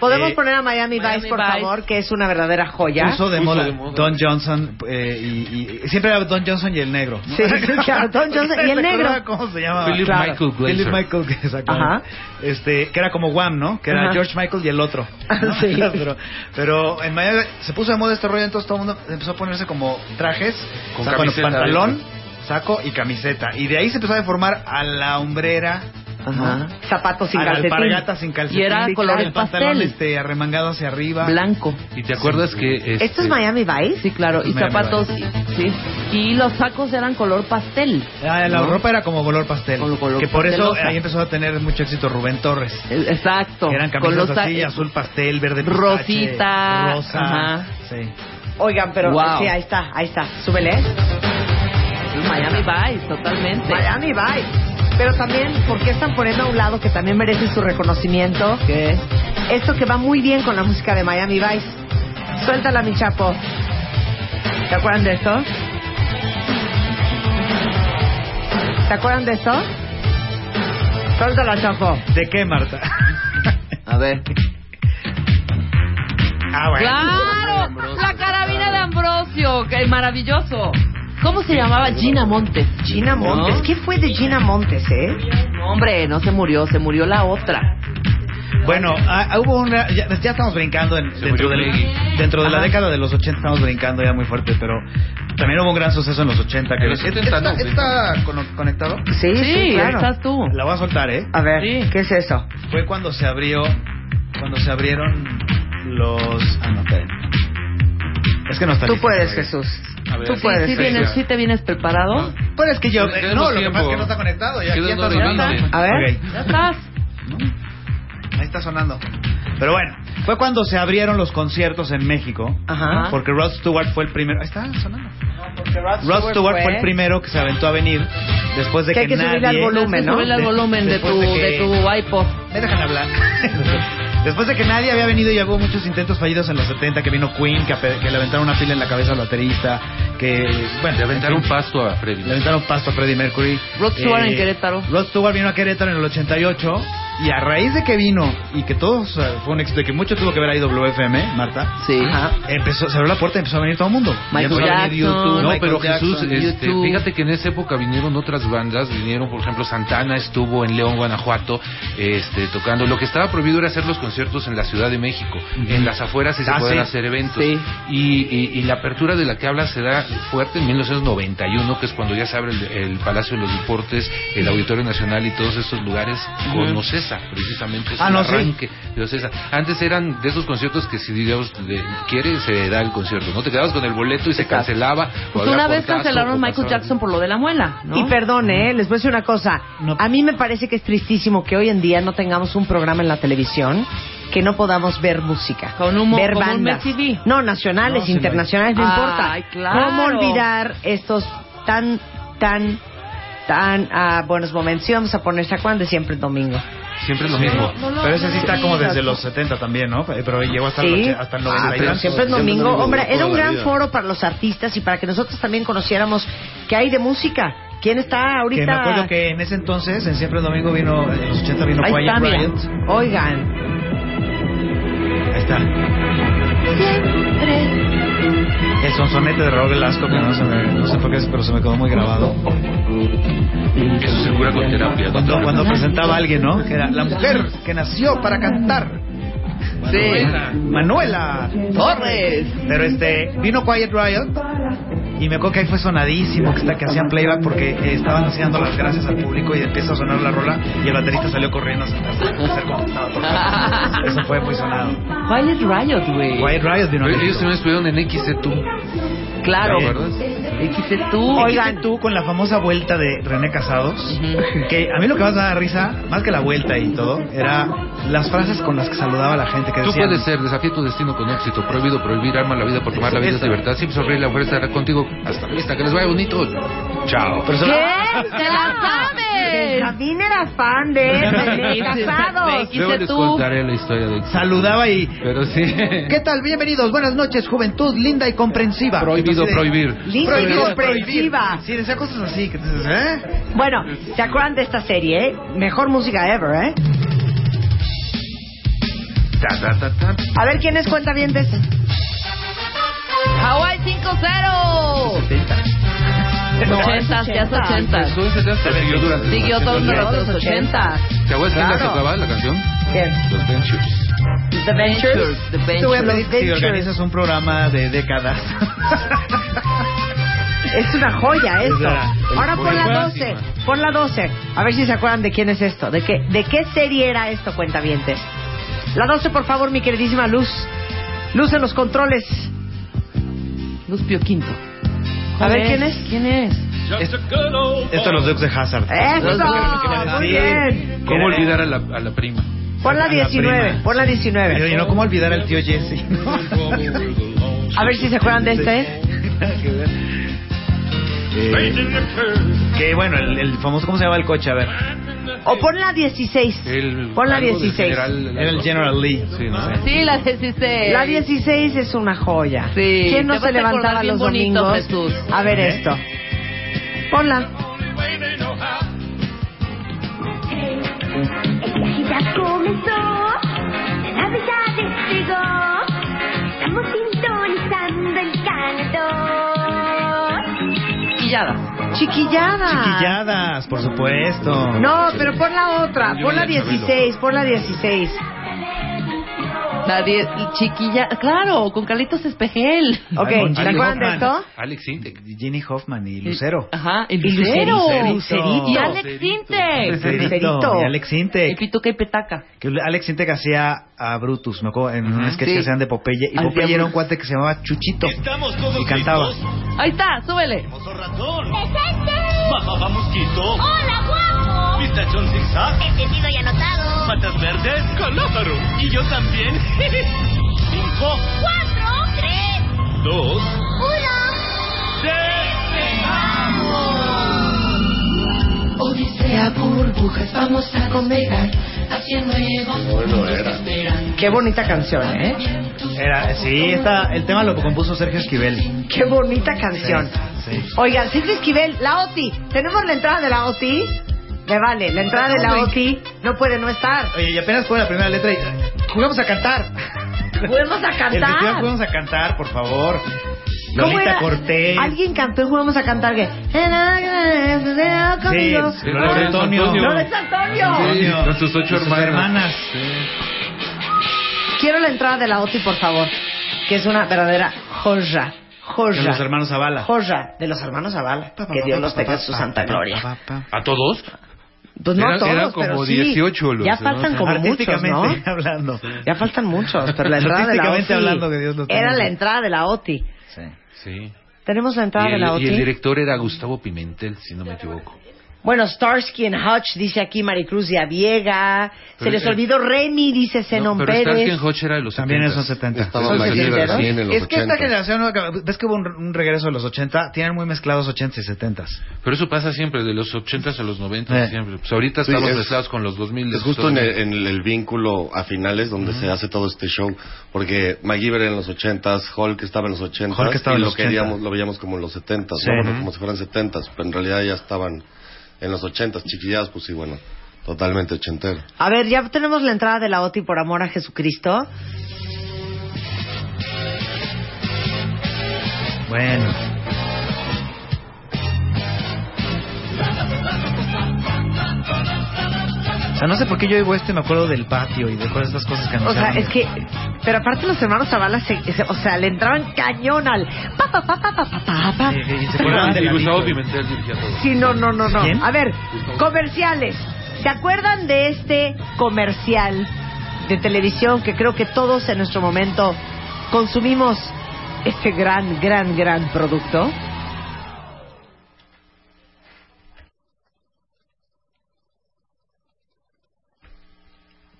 [SPEAKER 6] Podemos
[SPEAKER 7] Eh,
[SPEAKER 6] poner a Miami Vice,
[SPEAKER 8] Miami
[SPEAKER 6] por
[SPEAKER 8] Vice.
[SPEAKER 6] favor, que es una verdadera joya.
[SPEAKER 7] puso de,
[SPEAKER 9] Puso
[SPEAKER 7] moda,
[SPEAKER 9] de moda.
[SPEAKER 7] Don Johnson eh, y, y- siempre era Don Johnson y el negro. ¿no?
[SPEAKER 6] Sí, sí, claro, Don Johnson y el
[SPEAKER 7] ¿Se acuerdan
[SPEAKER 6] negro.
[SPEAKER 7] ¿Cómo se llamaba?
[SPEAKER 5] Philip
[SPEAKER 6] claro.
[SPEAKER 5] Michael Glaser.
[SPEAKER 7] Philip Michael que
[SPEAKER 6] Ajá.
[SPEAKER 7] Ajá. Este, que era como Wham, ¿no? Que era
[SPEAKER 6] Ajá.
[SPEAKER 7] George Michael y el otro. ¿no?
[SPEAKER 6] Sí.
[SPEAKER 7] pero, pero en Miami se puso de moda este rollo, entonces todo el mundo empezó a ponerse como trajes,
[SPEAKER 5] Con
[SPEAKER 7] o sea, bueno,
[SPEAKER 5] camiseta,
[SPEAKER 7] pantalón, saco y camiseta. Y de ahí se empezó a deformar a la hombrera,
[SPEAKER 8] Ajá.
[SPEAKER 6] Zapatos sin
[SPEAKER 7] a la
[SPEAKER 6] calcetín.
[SPEAKER 7] alpargata sin calcetín,
[SPEAKER 8] Y era
[SPEAKER 7] sí,
[SPEAKER 8] colores
[SPEAKER 7] el pantalón
[SPEAKER 8] pastel.
[SPEAKER 7] este, arremangado hacia arriba.
[SPEAKER 8] Blanco.
[SPEAKER 5] ¿Y te acuerdas que... este,
[SPEAKER 6] ¿Esto es Miami Vice?
[SPEAKER 8] Sí, claro. Y
[SPEAKER 7] Mira,
[SPEAKER 8] zapatos, sí. Y los sacos eran color pastel.
[SPEAKER 7] Ah, la
[SPEAKER 8] ¿no?
[SPEAKER 7] ropa era como color pastel,
[SPEAKER 8] Como color
[SPEAKER 7] que por
[SPEAKER 8] pastelosa.
[SPEAKER 7] eso ahí empezó a tener mucho éxito Rubén Torres.
[SPEAKER 8] Eh, Exacto.
[SPEAKER 7] Que eran
[SPEAKER 8] Con
[SPEAKER 7] camisas
[SPEAKER 8] los sa-
[SPEAKER 7] así, azul pastel, verde pistache,
[SPEAKER 8] Rosita,
[SPEAKER 7] rosa,
[SPEAKER 8] ajá.
[SPEAKER 7] sí.
[SPEAKER 6] Oigan, pero
[SPEAKER 8] Wow.
[SPEAKER 6] sí, ahí está, ahí está. Súbele.
[SPEAKER 8] Miami Vice, totalmente.
[SPEAKER 6] Miami Vice. Pero también, ¿por qué están poniendo a un lado que también merece su reconocimiento?
[SPEAKER 8] ¿Qué?
[SPEAKER 6] Esto que va muy bien con la música de Miami Vice. Suéltala, mi chapo. ¿Te acuerdan de esto? ¿Te acuerdan de esto? Suéltala, chapo.
[SPEAKER 7] ¿De qué, Marta?
[SPEAKER 8] A ver.
[SPEAKER 7] Ah, bueno.
[SPEAKER 8] ¡Claro! La carabina de Ambrosio, que maravilloso. ¿Cómo se llamaba Gina Montes?
[SPEAKER 6] Gina Montes.
[SPEAKER 8] ¿No?
[SPEAKER 6] ¿Qué fue de Gina Montes, eh?
[SPEAKER 8] No, hombre, no se murió, se murió la otra.
[SPEAKER 7] Bueno, ah, ah, hubo una. Ya, ya estamos brincando en- dentro,
[SPEAKER 5] murió
[SPEAKER 7] de la,
[SPEAKER 5] Peggy.
[SPEAKER 7] dentro de la
[SPEAKER 8] Ajá.
[SPEAKER 7] década de los 80, estamos brincando ya muy fuerte, pero también hubo un gran suceso en los 80. Que
[SPEAKER 5] En los 70,
[SPEAKER 7] ¿Está,
[SPEAKER 5] no,
[SPEAKER 7] está cono- conectado?
[SPEAKER 6] Sí,
[SPEAKER 8] ahí estás tú.
[SPEAKER 7] La voy a soltar, ¿eh?
[SPEAKER 6] A ver,
[SPEAKER 8] Sí.
[SPEAKER 6] ¿qué es eso?
[SPEAKER 7] Fue cuando se abrió. Cuando se abrieron los. Ah, no, esperen. Es que no está
[SPEAKER 6] Tú
[SPEAKER 7] lista,
[SPEAKER 6] puedes,
[SPEAKER 7] todavía.
[SPEAKER 6] Jesús.
[SPEAKER 5] A ver,
[SPEAKER 6] Tú
[SPEAKER 5] sí,
[SPEAKER 6] puedes.
[SPEAKER 8] ¿Sí,
[SPEAKER 5] sí,
[SPEAKER 8] vienes-
[SPEAKER 5] ya.
[SPEAKER 8] sí te vienes preparado?
[SPEAKER 7] Pero Pues es que yo.
[SPEAKER 5] Tenemos
[SPEAKER 7] No, lo que
[SPEAKER 5] tiempo.
[SPEAKER 7] pasa es que no está conectado.
[SPEAKER 5] Queda
[SPEAKER 7] Ya, aquí
[SPEAKER 5] una
[SPEAKER 7] está
[SPEAKER 5] hora y
[SPEAKER 7] sonando.
[SPEAKER 5] veinte.
[SPEAKER 6] A ver.
[SPEAKER 7] Ok.
[SPEAKER 8] ¿Ya estás?
[SPEAKER 7] Ahí está sonando. Pero bueno, fue cuando se abrieron los conciertos en México.
[SPEAKER 6] Ajá.
[SPEAKER 7] Porque Rod Stewart fue el primero. Ahí está sonando. Rod Stewart fue el primero que se aventó a venir después de
[SPEAKER 6] Que
[SPEAKER 7] que,
[SPEAKER 6] hay que subirle
[SPEAKER 7] nadie.
[SPEAKER 6] al volumen, ¿no?
[SPEAKER 8] Sube el volumen de
[SPEAKER 7] Después
[SPEAKER 8] tu,
[SPEAKER 7] que-
[SPEAKER 8] de tu iPod.
[SPEAKER 7] Me dejan hablar. Después de que nadie había venido y hubo muchos intentos fallidos en los 70, que vino Queen, que, ape- que le aventaron una pila en la cabeza al baterista, que... Bueno,
[SPEAKER 5] Le aventaron
[SPEAKER 7] en fin,
[SPEAKER 5] pasto a Freddy.
[SPEAKER 7] Le aventaron pasto a Freddie Mercury. Eh,
[SPEAKER 8] Rod Stewart en Querétaro.
[SPEAKER 7] Rod Stewart vino a Querétaro en el 88 y a raíz de que vino y que todos eh, fue un éxito y que mucho tuvo que ver ahí WFM, Marta,
[SPEAKER 8] Sí.
[SPEAKER 7] empezó, se abrió la puerta y empezó a venir todo el mundo. Y
[SPEAKER 8] Michael
[SPEAKER 7] empezó a venir
[SPEAKER 8] Jackson.
[SPEAKER 7] YouTube,
[SPEAKER 5] No,
[SPEAKER 7] Michael
[SPEAKER 5] pero
[SPEAKER 7] Jackson.
[SPEAKER 5] Jesús, este,
[SPEAKER 8] YouTube.
[SPEAKER 5] fíjate que en esa época vinieron otras bandas, vinieron, por ejemplo, Santana estuvo en León, Guanajuato, este, tocando. Lo que estaba prohibido era hacer los conciertos en la Ciudad de México, en las afueras sí se
[SPEAKER 7] Ah,
[SPEAKER 5] pueden
[SPEAKER 7] sí.
[SPEAKER 5] hacer eventos.
[SPEAKER 8] Sí.
[SPEAKER 5] Y, y- y la apertura de la que habla se da fuerte en 1991, que es cuando ya se abre el, el Palacio de los Deportes, el Auditorio Nacional y todos esos lugares con Ocesa, precisamente. Es
[SPEAKER 7] Ah,
[SPEAKER 5] un
[SPEAKER 7] no, sí.
[SPEAKER 5] arranque de Ocesa. Antes eran de esos conciertos que si Dios de- quiere se da el concierto, ¿no? Te quedabas con el boleto y se
[SPEAKER 8] Exacto.
[SPEAKER 5] cancelaba. o
[SPEAKER 8] Pues
[SPEAKER 5] había
[SPEAKER 8] una vez
[SPEAKER 5] portazo, o
[SPEAKER 8] cancelaron Michael
[SPEAKER 5] pasaban-
[SPEAKER 8] Jackson por lo de la muela, ¿no?
[SPEAKER 6] Y perdón, ¿eh? les voy a decir una cosa.
[SPEAKER 7] No.
[SPEAKER 6] A mí me parece que es tristísimo que hoy en día no tengamos un programa en la televisión que no podamos ver música.
[SPEAKER 8] Con un mo-
[SPEAKER 6] ver
[SPEAKER 8] con un
[SPEAKER 6] bandas.
[SPEAKER 8] MTV.
[SPEAKER 6] No, nacionales,
[SPEAKER 7] No, sí,
[SPEAKER 6] internacionales, no
[SPEAKER 8] Ay,
[SPEAKER 6] importa.
[SPEAKER 8] claro.
[SPEAKER 6] ¿Cómo olvidar estos tan, tan, tan ah, buenos momentos? Sí, vamos a poner, ¿se acuerdan de siempre el domingo?
[SPEAKER 5] Siempre es lo mismo.
[SPEAKER 7] Pero ese sí está como desde los 70 también, ¿no? Eh, Pero llegó hasta,
[SPEAKER 6] Sí.
[SPEAKER 7] el, oche- hasta el 90
[SPEAKER 6] Ah,
[SPEAKER 7] y
[SPEAKER 6] pero
[SPEAKER 7] tantos.
[SPEAKER 6] siempre es domingo.
[SPEAKER 10] domingo,
[SPEAKER 6] Hombre,
[SPEAKER 10] toda
[SPEAKER 6] era un
[SPEAKER 10] la
[SPEAKER 6] gran
[SPEAKER 10] vida.
[SPEAKER 6] foro para los artistas y para que nosotros también conociéramos qué hay de música. ¿Quién está ahorita?
[SPEAKER 7] Que me acuerdo que en ese entonces, en Siempre el Domingo vino, en los 80 vino
[SPEAKER 6] Ahí
[SPEAKER 7] Quiet
[SPEAKER 6] está, mira.
[SPEAKER 7] Riot.
[SPEAKER 6] Oigan.
[SPEAKER 7] Ahí está. El sonsonete de Raúl Velasco, que no, se me- no sé por qué, pero se me quedó muy grabado.
[SPEAKER 5] Eso se cura con terapia.
[SPEAKER 7] Cuando, cuando presentaba a alguien, ¿no? Que era la mujer que nació para cantar.
[SPEAKER 8] Sí.
[SPEAKER 7] Manuela.
[SPEAKER 8] Torres.
[SPEAKER 7] Pero este, vino Quiet Riot y me acuerdo que ahí fue sonadísimo que, está- que hacían playback porque eh, estaban así dando las gracias al público y empieza a sonar la rola y el baterista salió corriendo hasta hasta hacer como que estaba tocando. Eso fue muy sonado.
[SPEAKER 8] Quiet Riot, güey.
[SPEAKER 7] Quiet Riot vino a
[SPEAKER 5] Ellos
[SPEAKER 7] México.
[SPEAKER 5] también estuvieron en XC tú.
[SPEAKER 8] Claro.
[SPEAKER 5] ¿Verdad?
[SPEAKER 8] Dijiste tú.
[SPEAKER 7] Oigan, tú con la famosa vuelta de René Casados, que a mí lo que más me daba risa, más que la vuelta y todo, era las frases con las que saludaba a la gente que
[SPEAKER 5] Tú
[SPEAKER 7] decían,
[SPEAKER 5] puedes ser, desafía tu destino con éxito, prohibido, prohibir, arma la vida por tomar la vida es
[SPEAKER 7] Eso.
[SPEAKER 5] libertad, siempre sonríe, la mujer estará contigo, hasta la vista, que les vaya bonito, chao.
[SPEAKER 7] Pero
[SPEAKER 6] ¿Qué?
[SPEAKER 7] sonaba-
[SPEAKER 8] ¡Te la sabes!
[SPEAKER 6] Benjamín era fan de René Casados.
[SPEAKER 5] Luego les
[SPEAKER 8] tú.
[SPEAKER 5] contaré la historia de
[SPEAKER 7] saludaba y
[SPEAKER 5] Pero sí,
[SPEAKER 7] ¿Qué tal? Bienvenidos, buenas noches, juventud linda y comprensiva.
[SPEAKER 5] prohibido,
[SPEAKER 7] Entonces,
[SPEAKER 5] prohibir.
[SPEAKER 6] Linda y
[SPEAKER 7] Prohibido
[SPEAKER 6] comprensiva.
[SPEAKER 7] Sí, decía cosas así, que dices, ¿eh?
[SPEAKER 6] Bueno, ¿se acuerdan de esta serie? eh? Mejor música ever, ¿eh?
[SPEAKER 5] Ta, ta, ta, ta.
[SPEAKER 6] A ver quién es cuenta bien de
[SPEAKER 8] Hawaii 5-0. 80, ya es 80.
[SPEAKER 5] Todo ese tema siguió durante
[SPEAKER 8] Siguió
[SPEAKER 5] los
[SPEAKER 8] todo
[SPEAKER 5] ochenta.
[SPEAKER 8] durante los 80.
[SPEAKER 5] ¿Te acuerdas quién la
[SPEAKER 6] Claro.
[SPEAKER 5] tocaba la canción? Los Ventures.
[SPEAKER 8] The Ventures. The
[SPEAKER 7] Te voy a pedir
[SPEAKER 8] Ventures.
[SPEAKER 7] que si organizas un programa de décadas.
[SPEAKER 6] Es una joya esto.
[SPEAKER 7] Esa, el
[SPEAKER 6] Ahora pon la
[SPEAKER 5] buenísima.
[SPEAKER 6] 12, pon la 12. A ver si se acuerdan de quién es esto, de qué, de qué serie era esto, cuentavientes. La 12, por favor, mi queridísima Luz. Luz en los controles.
[SPEAKER 8] Luz Pio Quinto.
[SPEAKER 6] A ver quién es.
[SPEAKER 8] ¿Quién es?
[SPEAKER 9] Just a good old
[SPEAKER 7] Esto los Dukes de Hazard.
[SPEAKER 6] ¡Eso! Muy
[SPEAKER 7] Sí.
[SPEAKER 6] bien.
[SPEAKER 5] ¿Cómo olvidar a la, a la prima?
[SPEAKER 6] Pon la
[SPEAKER 7] A la
[SPEAKER 6] 19,
[SPEAKER 7] prima.
[SPEAKER 6] pon la
[SPEAKER 7] Pero, Y
[SPEAKER 6] 19.
[SPEAKER 7] no, ¿cómo olvidar al tío Jesse?
[SPEAKER 6] A ver si se acuerdan de este.
[SPEAKER 7] Eh, que bueno, el, el famoso, ¿cómo se llama el coche? A ver.
[SPEAKER 6] O pon la 16.
[SPEAKER 5] El,
[SPEAKER 6] Pon la
[SPEAKER 5] algo del
[SPEAKER 6] 16.
[SPEAKER 5] general-
[SPEAKER 7] Era el General Lee.
[SPEAKER 5] Sí, ¿no?
[SPEAKER 8] Sí, la 16.
[SPEAKER 6] La 16 es una joya.
[SPEAKER 8] Sí.
[SPEAKER 6] ¿Quién no
[SPEAKER 8] Te vas
[SPEAKER 6] se
[SPEAKER 8] a
[SPEAKER 6] levantaba
[SPEAKER 8] acordar bien
[SPEAKER 6] los
[SPEAKER 8] bonito,
[SPEAKER 6] domingos?
[SPEAKER 8] Jesús.
[SPEAKER 6] A ver
[SPEAKER 7] ¿Eh?
[SPEAKER 6] esto. Ponla.
[SPEAKER 2] Ya comenzó la Navidad llegó. Estamos sintonizando el canto.
[SPEAKER 8] Quillada.
[SPEAKER 6] Chiquillada.
[SPEAKER 7] Chiquilladas, por supuesto.
[SPEAKER 6] No, pero pon la otra.
[SPEAKER 5] Yo
[SPEAKER 6] Pon la
[SPEAKER 5] ya sabía.
[SPEAKER 6] 16, pon la 16.
[SPEAKER 8] La die- chiquilla. Claro, con Carlitos Espejel.
[SPEAKER 6] Ok,
[SPEAKER 7] con
[SPEAKER 6] ¿se
[SPEAKER 7] Jimmy
[SPEAKER 6] acuerdan de
[SPEAKER 7] Hoffman.
[SPEAKER 6] esto?
[SPEAKER 5] Alex Intec.
[SPEAKER 7] Ginny Hoffman y Lucero.
[SPEAKER 6] Ah,
[SPEAKER 8] Ajá, el
[SPEAKER 6] Y
[SPEAKER 8] Lucero.
[SPEAKER 6] Lucerito.
[SPEAKER 7] Lucerito.
[SPEAKER 8] Y Alex Sintek.
[SPEAKER 6] Lucerito.
[SPEAKER 7] Y Alex
[SPEAKER 8] Y
[SPEAKER 7] Intec.
[SPEAKER 8] Pituca y Petaca.
[SPEAKER 7] Que Alex Intec hacía a Brutus, me acuerdo, en un sketch
[SPEAKER 8] Sí.
[SPEAKER 7] que hacían de Popeye. Y
[SPEAKER 8] Hacía
[SPEAKER 7] Popeye era un
[SPEAKER 8] Brutus.
[SPEAKER 7] cuate que se llamaba Chuchito.
[SPEAKER 9] Estamos todos
[SPEAKER 7] Y cantaba.
[SPEAKER 8] Ahí está, súbele.
[SPEAKER 9] Oso ratón.
[SPEAKER 2] ¡Presente!
[SPEAKER 9] Mamá, vamos, quito.
[SPEAKER 2] ¡Hola, guapo!
[SPEAKER 9] Pistachón zigzag.
[SPEAKER 2] Entendido y anotado.
[SPEAKER 9] Patas verdes. Colófaro. Y yo también. Cinco,
[SPEAKER 2] ¡Cuatro! ¡Tres!
[SPEAKER 9] dos,
[SPEAKER 2] ¡Uno!
[SPEAKER 4] Odisea, burbujas, vamos a comer. Haciendo nuevos
[SPEAKER 9] Bueno, era.
[SPEAKER 4] esperan.
[SPEAKER 6] Qué bonita canción, ¿eh?
[SPEAKER 7] Era, sí, esta, el tema lo compuso Sergio Esquivel.
[SPEAKER 6] Qué bonita canción.
[SPEAKER 7] Sí.
[SPEAKER 6] Oigan, Silvia Esquivel, la OTI. ¿Tenemos la entrada de la OTI? Me vale, la entrada de la OTI no puede no estar.
[SPEAKER 7] Oye, y apenas fue la primera letra y... ¡Jugamos a cantar!
[SPEAKER 6] Podemos a
[SPEAKER 7] El festival
[SPEAKER 6] cantar.
[SPEAKER 7] jugamos a cantar, por favor.
[SPEAKER 6] ¿Cómo
[SPEAKER 7] Lolita
[SPEAKER 6] era?
[SPEAKER 7] Cortés.
[SPEAKER 6] Alguien cantó y jugamos a cantar que. Conmigo.
[SPEAKER 7] Sí, Lorenzo Antonio.
[SPEAKER 6] No, es Antonio.
[SPEAKER 5] Sí, con sus ocho
[SPEAKER 7] Sus
[SPEAKER 5] hermanas.
[SPEAKER 7] hermanas.
[SPEAKER 6] Quiero la entrada de la OTI, por favor, que es una verdadera joya. Joya.
[SPEAKER 7] Con los hermanos Zavala.
[SPEAKER 6] Joya de los hermanos Zavala. Que Dios los tenga en su santa gloria.
[SPEAKER 5] ¿A todos?
[SPEAKER 6] Pues no
[SPEAKER 5] Era-
[SPEAKER 6] todos,
[SPEAKER 5] era como
[SPEAKER 6] pero sí.
[SPEAKER 5] 18 los,
[SPEAKER 6] Ya
[SPEAKER 5] ¿no?
[SPEAKER 6] faltan como muchos,
[SPEAKER 7] Artísticamente
[SPEAKER 6] ¿no?
[SPEAKER 7] hablando.
[SPEAKER 6] Ya faltan muchos, pero la entrada de la OTI.
[SPEAKER 7] Artísticamente hablando, que Dios los tenga.
[SPEAKER 6] era la entrada de la OTI.
[SPEAKER 7] Sí.
[SPEAKER 5] Sí.
[SPEAKER 6] Tenemos la entrada
[SPEAKER 5] Y
[SPEAKER 6] de la
[SPEAKER 5] el,
[SPEAKER 6] OTI.
[SPEAKER 5] y el director era Gustavo Pimentel, si no me equivoco.
[SPEAKER 6] Bueno, Starsky and Hutch, dice aquí Maricruz de Aviega. Se
[SPEAKER 5] Pero,
[SPEAKER 6] les
[SPEAKER 5] eh,
[SPEAKER 6] olvidó Remy, dice Zenon
[SPEAKER 5] No, pero Starsky
[SPEAKER 6] Pérez.
[SPEAKER 5] and Hutch era de los
[SPEAKER 7] También
[SPEAKER 5] 70s.
[SPEAKER 7] esos 70.
[SPEAKER 10] Estaba
[SPEAKER 7] Son
[SPEAKER 10] Maguire
[SPEAKER 7] 70s.
[SPEAKER 10] recién en los
[SPEAKER 7] Es que esta
[SPEAKER 10] 80s.
[SPEAKER 7] generación, no- ves que hubo un, un regreso de los 80, tienen muy mezclados 80 y 70.
[SPEAKER 5] Pero eso pasa siempre, de los 80s a los 90
[SPEAKER 7] Eh.
[SPEAKER 5] siempre. Pues ahorita
[SPEAKER 10] Sí,
[SPEAKER 5] estamos
[SPEAKER 10] es-
[SPEAKER 5] mezclados con los 2000.
[SPEAKER 10] Es justo en el, en el- el vínculo a finales donde se hace todo este show, porque MacGyver en los 80s, Hulk estaba en los 80s,
[SPEAKER 7] Hulk
[SPEAKER 10] y
[SPEAKER 7] estaba en
[SPEAKER 10] lo
[SPEAKER 7] los
[SPEAKER 10] queríamos,
[SPEAKER 7] 80s.
[SPEAKER 10] lo veíamos como en los 70s, ¿no?
[SPEAKER 7] Sí.
[SPEAKER 10] Bueno, como si fueran 70s, pero en realidad ya estaban en los 80s, chiquilladas, pues sí, bueno, totalmente ochentero.
[SPEAKER 6] A ver, ya tenemos la entrada de la OTI por amor a Jesucristo.
[SPEAKER 7] Bueno. O sea, no sé por qué yo oigo este y me acuerdo del patio y de todas estas cosas que
[SPEAKER 6] O sea,
[SPEAKER 7] anunciaban.
[SPEAKER 6] es que. Pero aparte, los hermanos Zavala, se- se- o sea, le entraban cañón al. Pa, pa, pa, pa, pa, pa, pa, pa.
[SPEAKER 7] Sí, sí, sí, se acuerdan de
[SPEAKER 5] Y
[SPEAKER 7] la
[SPEAKER 5] Gustavo
[SPEAKER 7] Nico.
[SPEAKER 5] Pimentel dirigía todo.
[SPEAKER 6] Sí, no, no, no, no.
[SPEAKER 7] ¿Quién?
[SPEAKER 6] A ver, comerciales. ¿Se acuerdan de este comercial de televisión que creo que todos en nuestro momento consumimos este gran, gran, gran producto?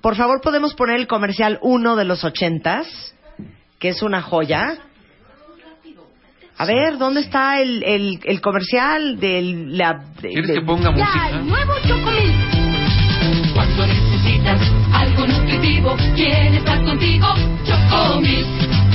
[SPEAKER 6] Por favor, podemos poner el comercial 1 de los ochentas, que es una joya. A ver, ¿dónde está el, el, el comercial del... La, de-
[SPEAKER 5] ¿Quieres
[SPEAKER 6] de-
[SPEAKER 5] que ponga
[SPEAKER 2] Ya,
[SPEAKER 5] música?
[SPEAKER 2] el nuevo chocomil.
[SPEAKER 4] Cuando necesitas algo nutritivo, ¿quién está contigo? Chocomil,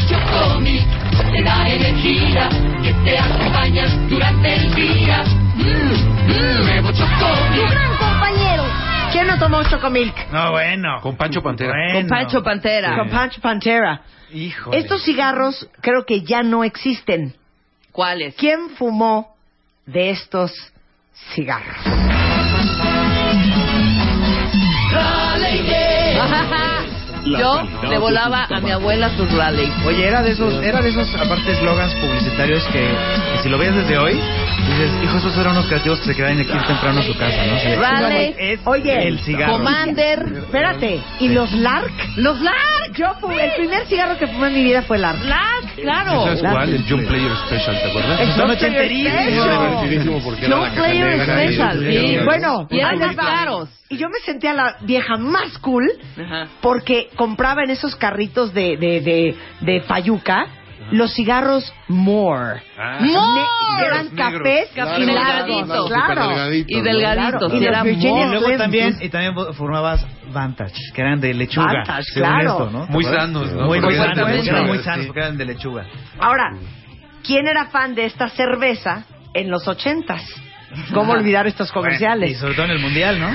[SPEAKER 4] Chocomil, te da energía que te acompaña durante el día. Mmm, mmm, nuevo
[SPEAKER 2] Tu
[SPEAKER 4] Chocomil.
[SPEAKER 2] gran compañero.
[SPEAKER 6] ¿Quién no tomó Chocomilk?
[SPEAKER 7] No, bueno.
[SPEAKER 5] Con Pancho Pantera.
[SPEAKER 8] Con Pancho Pantera.
[SPEAKER 6] Con Pancho Pantera.
[SPEAKER 7] Hijo.
[SPEAKER 6] Estos cigarros creo que ya no existen.
[SPEAKER 8] ¿Cuáles?
[SPEAKER 6] ¿Quién fumó de estos cigarros?
[SPEAKER 8] Yo le volaba a mi abuela sus rallies.
[SPEAKER 7] Oye, era de esos, era de esos aparte eslogans publicitarios que, que si lo ves desde hoy, dices, hijo, esos eran unos creativos que se querían aquí temprano a su casa, ¿no? Se-
[SPEAKER 8] Raleigh,
[SPEAKER 7] es
[SPEAKER 6] Oye,
[SPEAKER 7] el cigarro.
[SPEAKER 8] Commander,
[SPEAKER 6] Espérate, ¿y los Lark?
[SPEAKER 8] los LARC.
[SPEAKER 6] Yo fumé, el primer cigarro que fumé en mi vida fue Lark.
[SPEAKER 8] LARC,
[SPEAKER 5] ¿Sabes
[SPEAKER 8] claro.
[SPEAKER 5] cuál? El John Player Special, ¿te acuerdas?
[SPEAKER 7] Son
[SPEAKER 6] John Player Special.
[SPEAKER 7] ochenterísimos.
[SPEAKER 10] porque
[SPEAKER 8] John Player
[SPEAKER 10] y-
[SPEAKER 8] Special. sí.
[SPEAKER 6] Bueno,
[SPEAKER 8] y eran
[SPEAKER 6] ahí
[SPEAKER 8] más
[SPEAKER 6] va.
[SPEAKER 8] caros.
[SPEAKER 6] Y yo me sentía la vieja más cool
[SPEAKER 8] Ajá.
[SPEAKER 6] porque compraba en esos carritos de, de, de, de payuca los cigarros Moore.
[SPEAKER 5] Ah.
[SPEAKER 6] Ne-
[SPEAKER 8] ¡More!
[SPEAKER 6] Eran
[SPEAKER 5] Negros,
[SPEAKER 6] cafés
[SPEAKER 8] negros.
[SPEAKER 6] y
[SPEAKER 8] Claro,
[SPEAKER 6] largos.
[SPEAKER 8] delgaditos.
[SPEAKER 6] Claro.
[SPEAKER 8] Y delgaditos,
[SPEAKER 6] Claro. Y
[SPEAKER 8] era
[SPEAKER 6] los Virginia
[SPEAKER 7] Y
[SPEAKER 8] muy...
[SPEAKER 6] Slim.
[SPEAKER 7] luego también, y también formabas Vantage, que eran de lechuga.
[SPEAKER 6] Vantage,
[SPEAKER 7] según
[SPEAKER 6] claro.
[SPEAKER 7] esto, ¿no?
[SPEAKER 5] Muy sanos, ¿no?
[SPEAKER 7] Muy, muy
[SPEAKER 5] Porque eran
[SPEAKER 7] sanos,
[SPEAKER 5] de
[SPEAKER 7] eran
[SPEAKER 5] lechuga,
[SPEAKER 7] muy
[SPEAKER 5] sí.
[SPEAKER 7] sanos porque eran de lechuga.
[SPEAKER 6] Ahora, ¿quién era fan de esta cerveza en los ochentas? ¿Cómo olvidar estos
[SPEAKER 7] Y
[SPEAKER 6] comerciales?
[SPEAKER 7] sobre todo en el mundial, ¿no?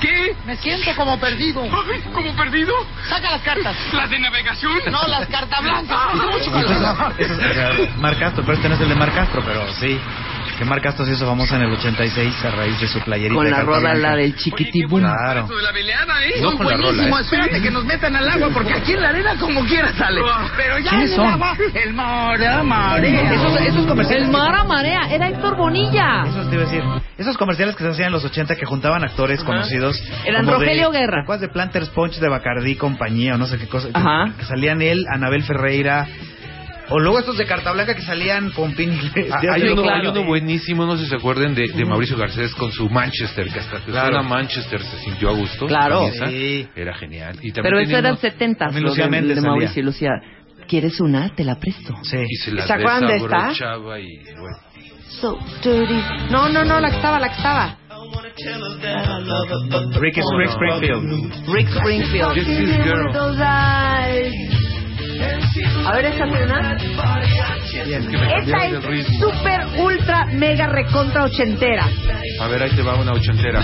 [SPEAKER 9] ¿Qué?
[SPEAKER 4] Me siento como perdido.
[SPEAKER 9] Ay, ¿Como perdido?
[SPEAKER 4] Saca las cartas.
[SPEAKER 9] ¿Las de navegación?
[SPEAKER 4] No, las cartas blancas.
[SPEAKER 8] Ah.
[SPEAKER 7] Eso es- Marcastro, pero este no es el de Marcastro, pero sí. Que Marcastro se hizo famosa en el 86 a raíz de su playerita.
[SPEAKER 8] Con
[SPEAKER 7] de
[SPEAKER 8] la
[SPEAKER 7] carta
[SPEAKER 8] rola
[SPEAKER 7] blanca.
[SPEAKER 8] la del
[SPEAKER 9] Oye, qué
[SPEAKER 8] chiquitibum.
[SPEAKER 9] bueno
[SPEAKER 7] Claro.
[SPEAKER 9] eso de la veleada, ¿eh?
[SPEAKER 5] No con la rola, ¿eh?
[SPEAKER 9] espérate que nos metan al agua porque aquí en la arena como quiera sale. Pero ya en el
[SPEAKER 7] son?
[SPEAKER 9] agua, el mora, marea.
[SPEAKER 7] Esos, esos comerciales.
[SPEAKER 8] El mar a marea, era Héctor Bonilla.
[SPEAKER 7] Eso te iba a decir. Esos comerciales que se hacían en los 80 que juntaban actores conocidos.
[SPEAKER 8] Eran
[SPEAKER 7] como
[SPEAKER 8] Rogelio
[SPEAKER 7] de,
[SPEAKER 8] Guerra.
[SPEAKER 7] ¿te acuerdas de Planters Punch de Bacardí compañía o no sé qué cosa? Que-
[SPEAKER 8] Ajá.
[SPEAKER 7] Que salían él, Anabel Ferreira. O luego estos de Carta Blanca que salían Pompín Iglesias.
[SPEAKER 5] Ah, Hay uno,
[SPEAKER 7] Claro.
[SPEAKER 5] hay uno buenísimo, no sé si se acuerden, de, de Mauricio Garcés con su Manchester, que hasta que suena Manchester se sintió a gusto.
[SPEAKER 8] Claro.
[SPEAKER 5] Esa
[SPEAKER 7] Sí.
[SPEAKER 5] Era genial. Y también
[SPEAKER 8] Pero eso
[SPEAKER 5] tenía
[SPEAKER 8] eran
[SPEAKER 5] uno-
[SPEAKER 8] setentas.
[SPEAKER 7] También
[SPEAKER 8] lo
[SPEAKER 7] Lucía
[SPEAKER 8] de-
[SPEAKER 7] Méndez
[SPEAKER 8] de
[SPEAKER 7] salía.
[SPEAKER 8] Mauricio y Lucía. ¿Quieres una? Te la presto.
[SPEAKER 7] Sí.
[SPEAKER 5] Y se la
[SPEAKER 6] ¿Se acuerdan de esta?
[SPEAKER 5] desabrochaba y, bueno.
[SPEAKER 6] So dirty. No, no, no, la que estaba, la que estaba.
[SPEAKER 7] Rick, es Rick Springfield.
[SPEAKER 8] Rick Springfield.
[SPEAKER 5] Just this girl.
[SPEAKER 6] A ver, esta tiene una.
[SPEAKER 5] Es que me
[SPEAKER 6] Esta
[SPEAKER 5] cambiaste el
[SPEAKER 6] es
[SPEAKER 5] ritmo.
[SPEAKER 6] super ultra mega recontra ochentera.
[SPEAKER 5] A ver, ahí te va una ochentera.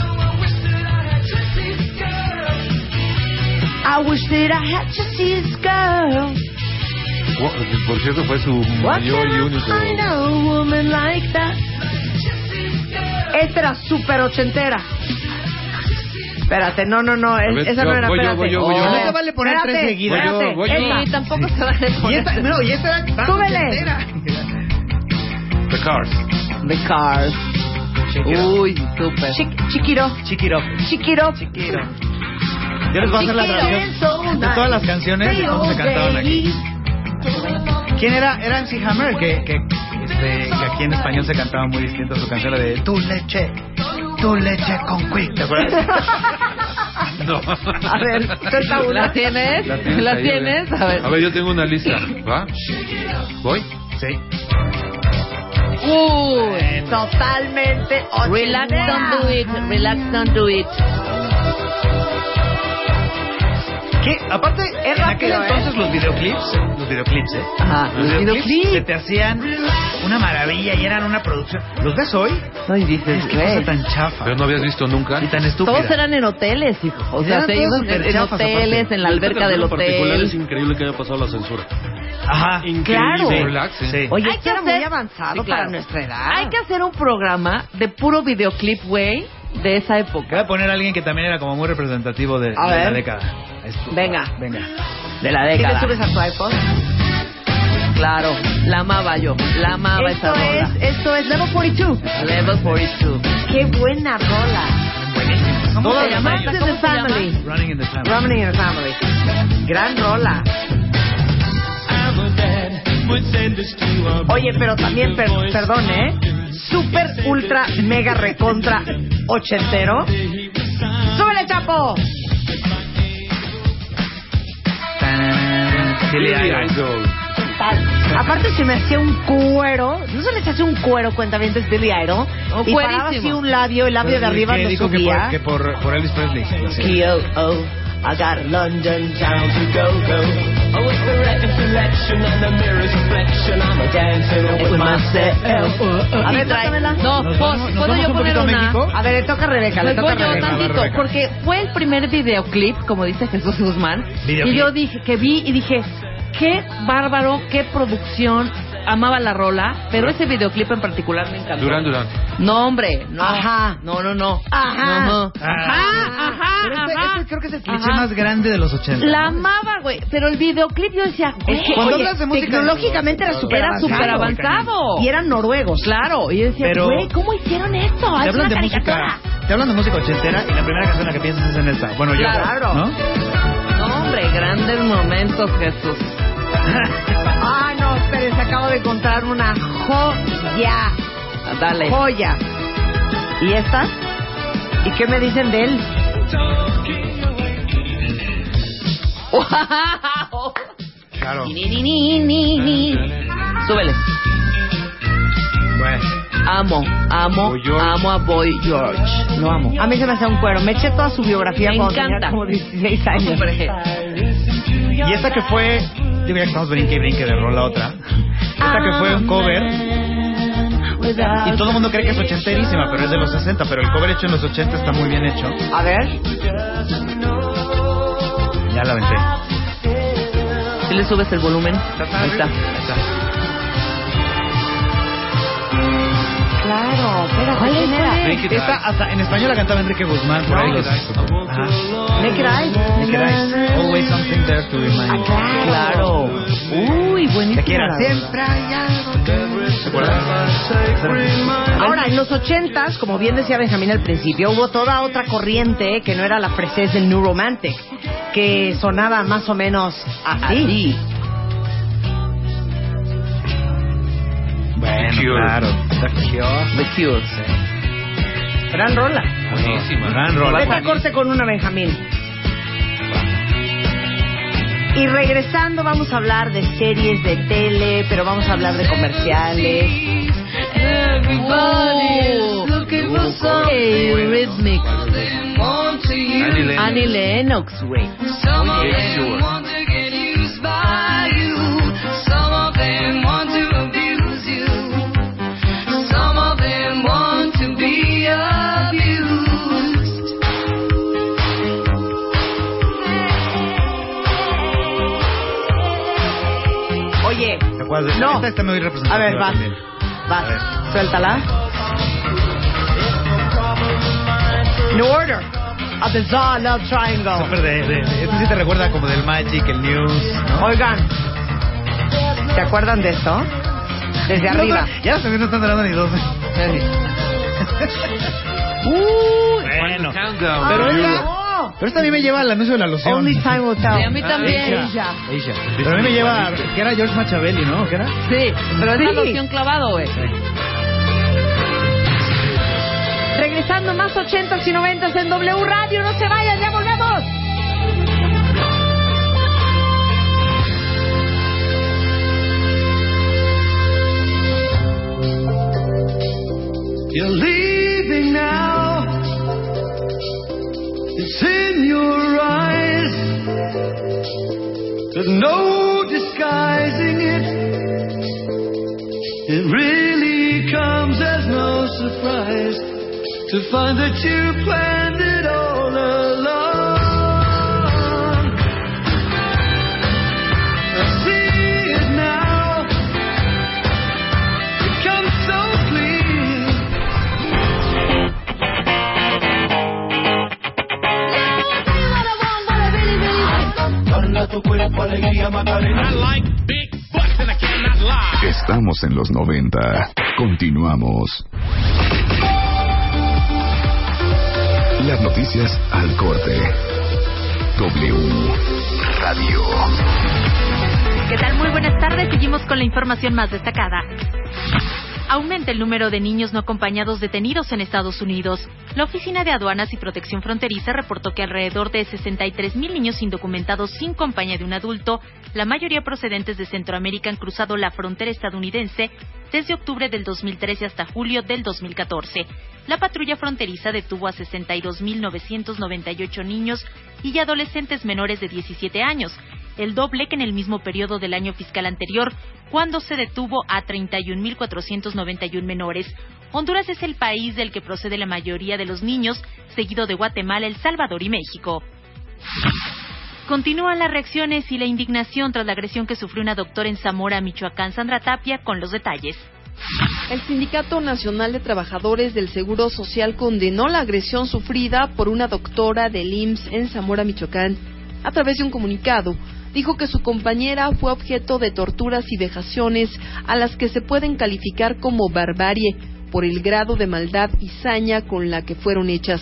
[SPEAKER 6] I wish that I had to see this girl.
[SPEAKER 5] Wow, Por cierto, fue su
[SPEAKER 6] What
[SPEAKER 5] mayor
[SPEAKER 6] can
[SPEAKER 5] y
[SPEAKER 6] I
[SPEAKER 5] único.
[SPEAKER 6] find a woman like that? Esta era super ochentera. Espérate, no, no, no, es-
[SPEAKER 5] ver,
[SPEAKER 6] esa
[SPEAKER 5] yo-
[SPEAKER 6] no era,
[SPEAKER 5] voy yo,
[SPEAKER 6] espérate. Oh.
[SPEAKER 5] voy yo, voy yo.
[SPEAKER 7] No se vale poner
[SPEAKER 6] espérate,
[SPEAKER 7] tres seguidas.
[SPEAKER 5] Voy yo,
[SPEAKER 6] espérate,
[SPEAKER 5] voy yo.
[SPEAKER 6] esta.
[SPEAKER 8] Sí, tampoco se va a
[SPEAKER 7] Y
[SPEAKER 8] poner.
[SPEAKER 7] esta, no, y esta era.
[SPEAKER 6] Súbele.
[SPEAKER 5] The Cars.
[SPEAKER 8] The Cars. Uy, súper.
[SPEAKER 6] Chiqui- Chiquiro,
[SPEAKER 7] Chiquiro.
[SPEAKER 6] chiquiro.
[SPEAKER 7] Chiquiro. Yo les voy a hacer la traducción de todas las canciones de cómo se cantaban aquí. ¿Quién era? Era MC Hammer, que, que este, que aquí en español se cantaba muy distinto a su canción la de Tu leche, tu leche con quick, ¿te acuerdas?
[SPEAKER 5] No.
[SPEAKER 6] A ver, canta
[SPEAKER 8] ¿La
[SPEAKER 6] una.
[SPEAKER 8] tienes?
[SPEAKER 5] La tienes
[SPEAKER 8] ¿La
[SPEAKER 5] ahí,
[SPEAKER 8] tienes? A ver.
[SPEAKER 5] A ver, yo tengo una lista. ¿Va? ¿Voy?
[SPEAKER 7] Sí.
[SPEAKER 8] Uy.
[SPEAKER 6] Totalmente
[SPEAKER 8] Relax,
[SPEAKER 6] ochenera.
[SPEAKER 8] don't do it. Relax, don't do it.
[SPEAKER 7] Que aparte,
[SPEAKER 6] Es
[SPEAKER 7] en aquel
[SPEAKER 6] rápido, ¿eh?
[SPEAKER 7] entonces los videoclips, los videoclips, ¿eh?
[SPEAKER 8] Ajá.
[SPEAKER 7] Los
[SPEAKER 8] los
[SPEAKER 7] videoclips se
[SPEAKER 8] videoclips.
[SPEAKER 7] te hacían una maravilla y eran una producción. ¿Los ves hoy?
[SPEAKER 8] Ay, dices,
[SPEAKER 7] Qué cosa
[SPEAKER 8] güey.
[SPEAKER 7] tan chafa
[SPEAKER 5] Pero no habías visto nunca.
[SPEAKER 7] y tan estúpida.
[SPEAKER 8] Todos eran en hoteles, hijo. O sea,
[SPEAKER 7] Eran
[SPEAKER 8] se
[SPEAKER 7] todos
[SPEAKER 8] iban en,
[SPEAKER 7] súper
[SPEAKER 8] en
[SPEAKER 7] chafas,
[SPEAKER 8] hoteles,
[SPEAKER 7] aparte.
[SPEAKER 8] en la alberca del
[SPEAKER 10] particular es
[SPEAKER 8] hotel.
[SPEAKER 10] increíble que haya pasado la censura.
[SPEAKER 7] Ajá.
[SPEAKER 8] Claro.
[SPEAKER 7] Sí,
[SPEAKER 5] Relax, ¿eh?
[SPEAKER 7] sí.
[SPEAKER 6] Oye,
[SPEAKER 8] Hay
[SPEAKER 6] esto
[SPEAKER 8] que
[SPEAKER 6] era muy
[SPEAKER 8] hacer-
[SPEAKER 6] avanzado
[SPEAKER 8] Sí, claro.
[SPEAKER 6] para nuestra edad.
[SPEAKER 8] Hay que hacer un programa de puro videoclip, güey, de esa
[SPEAKER 7] Voy
[SPEAKER 8] época.
[SPEAKER 7] a poner a alguien que también era como muy representativo de,
[SPEAKER 8] A
[SPEAKER 7] de la
[SPEAKER 8] ver.
[SPEAKER 7] década. Es tu-
[SPEAKER 8] Venga.
[SPEAKER 7] Venga.
[SPEAKER 8] De la
[SPEAKER 6] ¿Sí le
[SPEAKER 8] década.
[SPEAKER 6] subes a tu iPod?
[SPEAKER 8] Claro, la amaba yo. La
[SPEAKER 7] "Ah,
[SPEAKER 8] amaba
[SPEAKER 6] Esto
[SPEAKER 8] esa rola.
[SPEAKER 6] es, esto es Level 42.
[SPEAKER 8] Level 42.
[SPEAKER 6] Qué buena rola.
[SPEAKER 7] ¿Cómo
[SPEAKER 8] Todas
[SPEAKER 7] se llama?
[SPEAKER 8] las-
[SPEAKER 6] Además
[SPEAKER 8] ¿Cómo
[SPEAKER 6] de
[SPEAKER 8] se
[SPEAKER 6] The Family.
[SPEAKER 7] Running in the Time.
[SPEAKER 6] Romney and the Family. Gran rola. Oye, pero también, per- perdón, ¿eh? Super, ultra, mega, recontra, ochentero. ¡Súbele, Chapo!
[SPEAKER 7] Billy
[SPEAKER 5] Billy
[SPEAKER 7] Idol.
[SPEAKER 5] Idol.
[SPEAKER 6] Aparte se me hacía un cuero, ¿no se les hace un cuero cuentavientes Billy Idol?
[SPEAKER 8] Un
[SPEAKER 6] y
[SPEAKER 8] cuerísimo.
[SPEAKER 6] paraba así un labio, el labio de arriba
[SPEAKER 7] Que
[SPEAKER 6] no
[SPEAKER 7] dijo que
[SPEAKER 6] subía.
[SPEAKER 7] por, que por, por Elvis Presley. Lo hacía.
[SPEAKER 6] Kyoto, I got London town to go go. Oh, it's the recollection and the mirror's reflection. I'm a dancing with Eh, uh, myself. A ver, tráemela.
[SPEAKER 8] No,
[SPEAKER 7] Nos
[SPEAKER 8] ¿puedo-
[SPEAKER 7] vamos- nos
[SPEAKER 8] ¿puedo
[SPEAKER 7] vamos
[SPEAKER 8] yo
[SPEAKER 7] un
[SPEAKER 8] poner
[SPEAKER 7] poquito a
[SPEAKER 8] una?
[SPEAKER 7] México.
[SPEAKER 6] A ver, le toca a Rebeca, le
[SPEAKER 8] Pues
[SPEAKER 6] toca a
[SPEAKER 8] voy yo
[SPEAKER 6] Rebeca.
[SPEAKER 8] tantito,
[SPEAKER 7] Rebeca.
[SPEAKER 8] porque fue el primer videoclip, como dice Jesús Guzmán,
[SPEAKER 7] Videoclip.
[SPEAKER 8] y yo dije, que vi y dije, qué bárbaro, qué producción, amaba la rola, pero ese videoclip en particular me encantó.
[SPEAKER 5] Durán Durán.
[SPEAKER 8] No, hombre, no.
[SPEAKER 6] Ajá.
[SPEAKER 8] No, no, no.
[SPEAKER 6] Ajá.
[SPEAKER 8] No, no.
[SPEAKER 7] Ah.
[SPEAKER 8] Uh, Ajá, ajá,
[SPEAKER 7] Pero este,
[SPEAKER 8] ajá.
[SPEAKER 7] este creo que es el cliché
[SPEAKER 8] Ajá.
[SPEAKER 7] más grande de los 80.
[SPEAKER 8] La
[SPEAKER 7] ¿no?
[SPEAKER 8] amaba, güey, pero el videoclip yo decía,
[SPEAKER 6] Es que,
[SPEAKER 7] Cuando
[SPEAKER 6] oye,
[SPEAKER 7] hablas de música-
[SPEAKER 6] tecnológicamente era súper
[SPEAKER 8] era súper avanzado.
[SPEAKER 6] Y eran noruegos.
[SPEAKER 8] Claro, y yo decía,
[SPEAKER 7] Pero-
[SPEAKER 8] güey, ¿cómo hicieron esto?
[SPEAKER 7] Te
[SPEAKER 8] Es una
[SPEAKER 7] hablan de música,
[SPEAKER 8] caricatura.
[SPEAKER 7] te hablan de música ochentera y la primera canción en la que piensas es en esta. Bueno, yo
[SPEAKER 8] Claro.
[SPEAKER 7] ¿no?
[SPEAKER 8] No, hombre, grandes momentos, Jesús.
[SPEAKER 6] Ah, no, espérense, acabo de encontrar una joya.
[SPEAKER 8] Dale.
[SPEAKER 6] Joya. ¿Y esta? ¿Y qué me dicen de él?
[SPEAKER 8] ¡Wow!
[SPEAKER 7] Claro.
[SPEAKER 8] Ni, ni, ni, ni, ni. Súbele.
[SPEAKER 7] Bueno.
[SPEAKER 8] Amo, amo,
[SPEAKER 5] Boy George.
[SPEAKER 8] amo a Boy George. Lo amo.
[SPEAKER 6] A mí se me hace un cuero. Me eché toda su biografía
[SPEAKER 8] Me
[SPEAKER 6] cuando tenía
[SPEAKER 8] encanta.
[SPEAKER 6] como 16 años.
[SPEAKER 8] Hombre.
[SPEAKER 7] Y esta que fue, yo que estamos brinque y brinque de rola a otra. Esta que fue un cover. Y todo el mundo cree que es ochenterísima, pero es de los 60. Pero el cover hecho en los 80 está muy bien hecho.
[SPEAKER 6] A ver.
[SPEAKER 7] Ya la aventé.
[SPEAKER 8] Si le subes el volumen, ahí está.
[SPEAKER 6] Claro, espérate, ¿quién era?
[SPEAKER 5] Make it
[SPEAKER 7] Esta
[SPEAKER 5] right.
[SPEAKER 7] hasta en español la cantaba Enrique Guzmán. por ahí.
[SPEAKER 5] Make it right.
[SPEAKER 7] Ajá.
[SPEAKER 6] Naked Eyes.
[SPEAKER 7] Make it right. Always something there to remind you.
[SPEAKER 8] Claro. Uy, buenísimo.
[SPEAKER 7] Aquí era siempre hay algo que- ¿Se acuerdan?
[SPEAKER 6] Ahora, en los ochentas, como bien decía Benjamín al principio, hubo toda otra corriente que no era la fresés del New Romantic, que sonaba más o menos así.
[SPEAKER 8] Así.
[SPEAKER 7] Bueno,
[SPEAKER 5] Cure.
[SPEAKER 7] claro. The Cure.
[SPEAKER 8] The Cure.
[SPEAKER 6] Gran rola.
[SPEAKER 5] Buenísima.
[SPEAKER 7] Gran rola.
[SPEAKER 6] Vete a corte con una, Benjamín. Y regresando vamos a hablar de series de tele, pero vamos a hablar de comerciales. Oh.
[SPEAKER 8] Everybody's looking for some Rhythmic.
[SPEAKER 5] Annie Lennox.
[SPEAKER 8] Annie Lennox, güey.
[SPEAKER 5] Jake Stewart.
[SPEAKER 6] Oye,
[SPEAKER 7] ¿Te acuerdas de esta?
[SPEAKER 6] No.
[SPEAKER 7] Esta está muy
[SPEAKER 6] a
[SPEAKER 7] representativa
[SPEAKER 6] ver, vas,
[SPEAKER 7] también. A ver.
[SPEAKER 6] vas, suéltala. New Order of the Zaw Love Triangle.
[SPEAKER 7] Súper de, de- esto sí te recuerda como del Magic, el News, ¿no?
[SPEAKER 6] Oigan, ¿se acuerdan de esto? Desde arriba.
[SPEAKER 7] No, ya los amigos no están durando ni dos.
[SPEAKER 8] Sí.
[SPEAKER 7] Bueno.
[SPEAKER 5] Countdown.
[SPEAKER 7] Pero
[SPEAKER 6] Ay,
[SPEAKER 7] esta-
[SPEAKER 6] no.
[SPEAKER 7] Pero esta a mí me lleva al anuncio de la loción.
[SPEAKER 6] Only time will tell.
[SPEAKER 11] Sí, a mí también.
[SPEAKER 6] Ella.
[SPEAKER 7] Asia. Pero a mí me lleva, que era George Machiavelli, ¿no? ¿Qué era?
[SPEAKER 11] Sí, pero es
[SPEAKER 6] Sí.
[SPEAKER 11] una loción clavado, eh. güey.
[SPEAKER 12] Regresando más 80s y 90s en W Radio, no se vayan, ya volvemos.
[SPEAKER 2] You're leaving now. It's in your eyes. There's no disguising it. It really comes as no surprise to find that you planned it all along. I see it now. It comes so clear. I like big butts and I cannot lie.
[SPEAKER 3] Estamos en los 90. Continuamos. Las noticias al corte. W Radio.
[SPEAKER 4] ¿Qué tal? Muy buenas tardes. Seguimos con la información más destacada. Aumenta el número de niños no acompañados detenidos en Estados Unidos. La Oficina de Aduanas y Protección Fronteriza reportó que alrededor de 63.000 niños indocumentados sin compañía de un adulto, la mayoría procedentes de Centroamérica, han cruzado la frontera estadounidense desde octubre del 2013 hasta julio del 2014. La patrulla fronteriza detuvo a 62.998 niños y adolescentes menores de 17 años, el doble que en el mismo periodo del año fiscal anterior, cuando se detuvo a 31.491 menores. Honduras es el país del que procede la mayoría de los niños, seguido de Guatemala, El Salvador y México. Continúan las reacciones y la indignación tras la agresión que sufrió una doctora en Zamora, Michoacán, Sandra Tapia, con los detalles.
[SPEAKER 8] El Sindicato Nacional de Trabajadores del Seguro Social condenó la agresión sufrida por una doctora del IMSS en Zamora, Michoacán. A través de un comunicado, dijo que su compañera fue objeto de torturas y vejaciones a las que se pueden calificar como barbarie por el grado de maldad y saña con la que fueron hechas.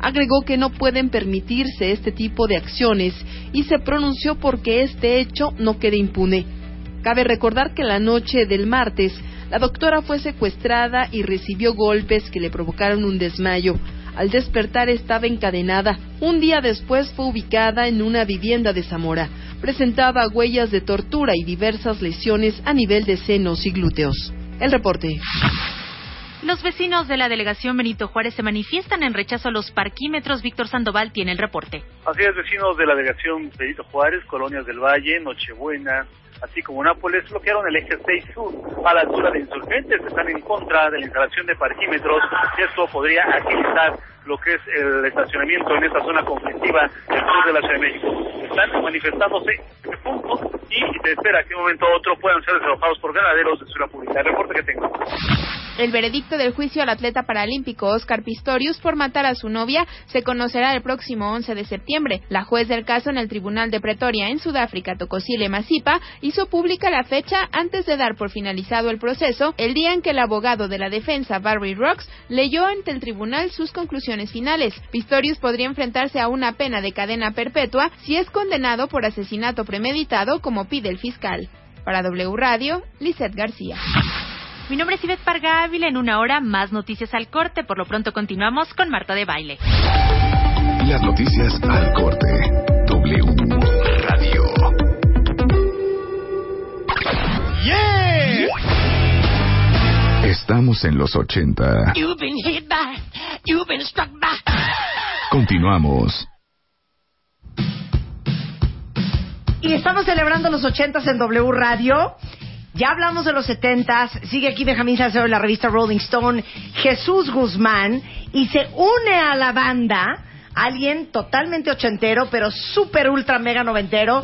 [SPEAKER 8] Agregó que no pueden permitirse este tipo de acciones y se pronunció porque este hecho no quede impune. Cabe recordar que la noche del martes, la doctora fue secuestrada y recibió golpes que le provocaron un desmayo. Al despertar estaba encadenada. Un día después fue ubicada en una vivienda de Zamora. Presentaba huellas de tortura y diversas lesiones a nivel de senos y glúteos. El reporte.
[SPEAKER 4] Los vecinos de la delegación Benito Juárez se manifiestan en rechazo a los parquímetros. Víctor Sandoval tiene el reporte.
[SPEAKER 13] Así es, vecinos de la delegación Benito Juárez, Colonias del Valle, Nochebuena, así como Nápoles, bloquearon el eje 6 sur a la altura de insurgentes. Están en contra de la instalación de parquímetros y esto podría agilizar lo que es el estacionamiento en esta zona conflictiva del sur de la Ciudad de México. Están manifestándose en puntos y se espera que en un momento u otro puedan ser desalojados por ganaderos de Ciudad Pública. El reporte que tengo.
[SPEAKER 14] El veredicto del juicio al atleta paralímpico Oscar Pistorius por matar a su novia se conocerá el próximo 11 de septiembre. La juez del caso en el Tribunal de Pretoria, en Sudáfrica, Tocosile Masipa, hizo pública la fecha antes de dar por finalizado el proceso, el día en que el abogado de la defensa, Barry Rocks, leyó ante el tribunal sus conclusiones finales. Pistorius podría enfrentarse a una pena de cadena perpetua si es condenado por asesinato premeditado, como pide el fiscal. Para W Radio, Lizeth García.
[SPEAKER 4] Mi nombre es Ivette Parga Ávila. En una hora, más noticias al corte. Por lo pronto, continuamos con Marta de Baile.
[SPEAKER 3] Las noticias al corte. W Radio.
[SPEAKER 2] Yeah!
[SPEAKER 3] Estamos en los 80.
[SPEAKER 2] You've been hit by, you've been struck by.
[SPEAKER 3] Continuamos.
[SPEAKER 6] Y estamos celebrando los 80s en W Radio. Ya hablamos de los 70s. Sigue aquí Benjamín Salcedo de la revista Rolling Stone, Jesús Guzmán. Y se une a la banda alguien totalmente ochentero, pero súper ultra mega noventero.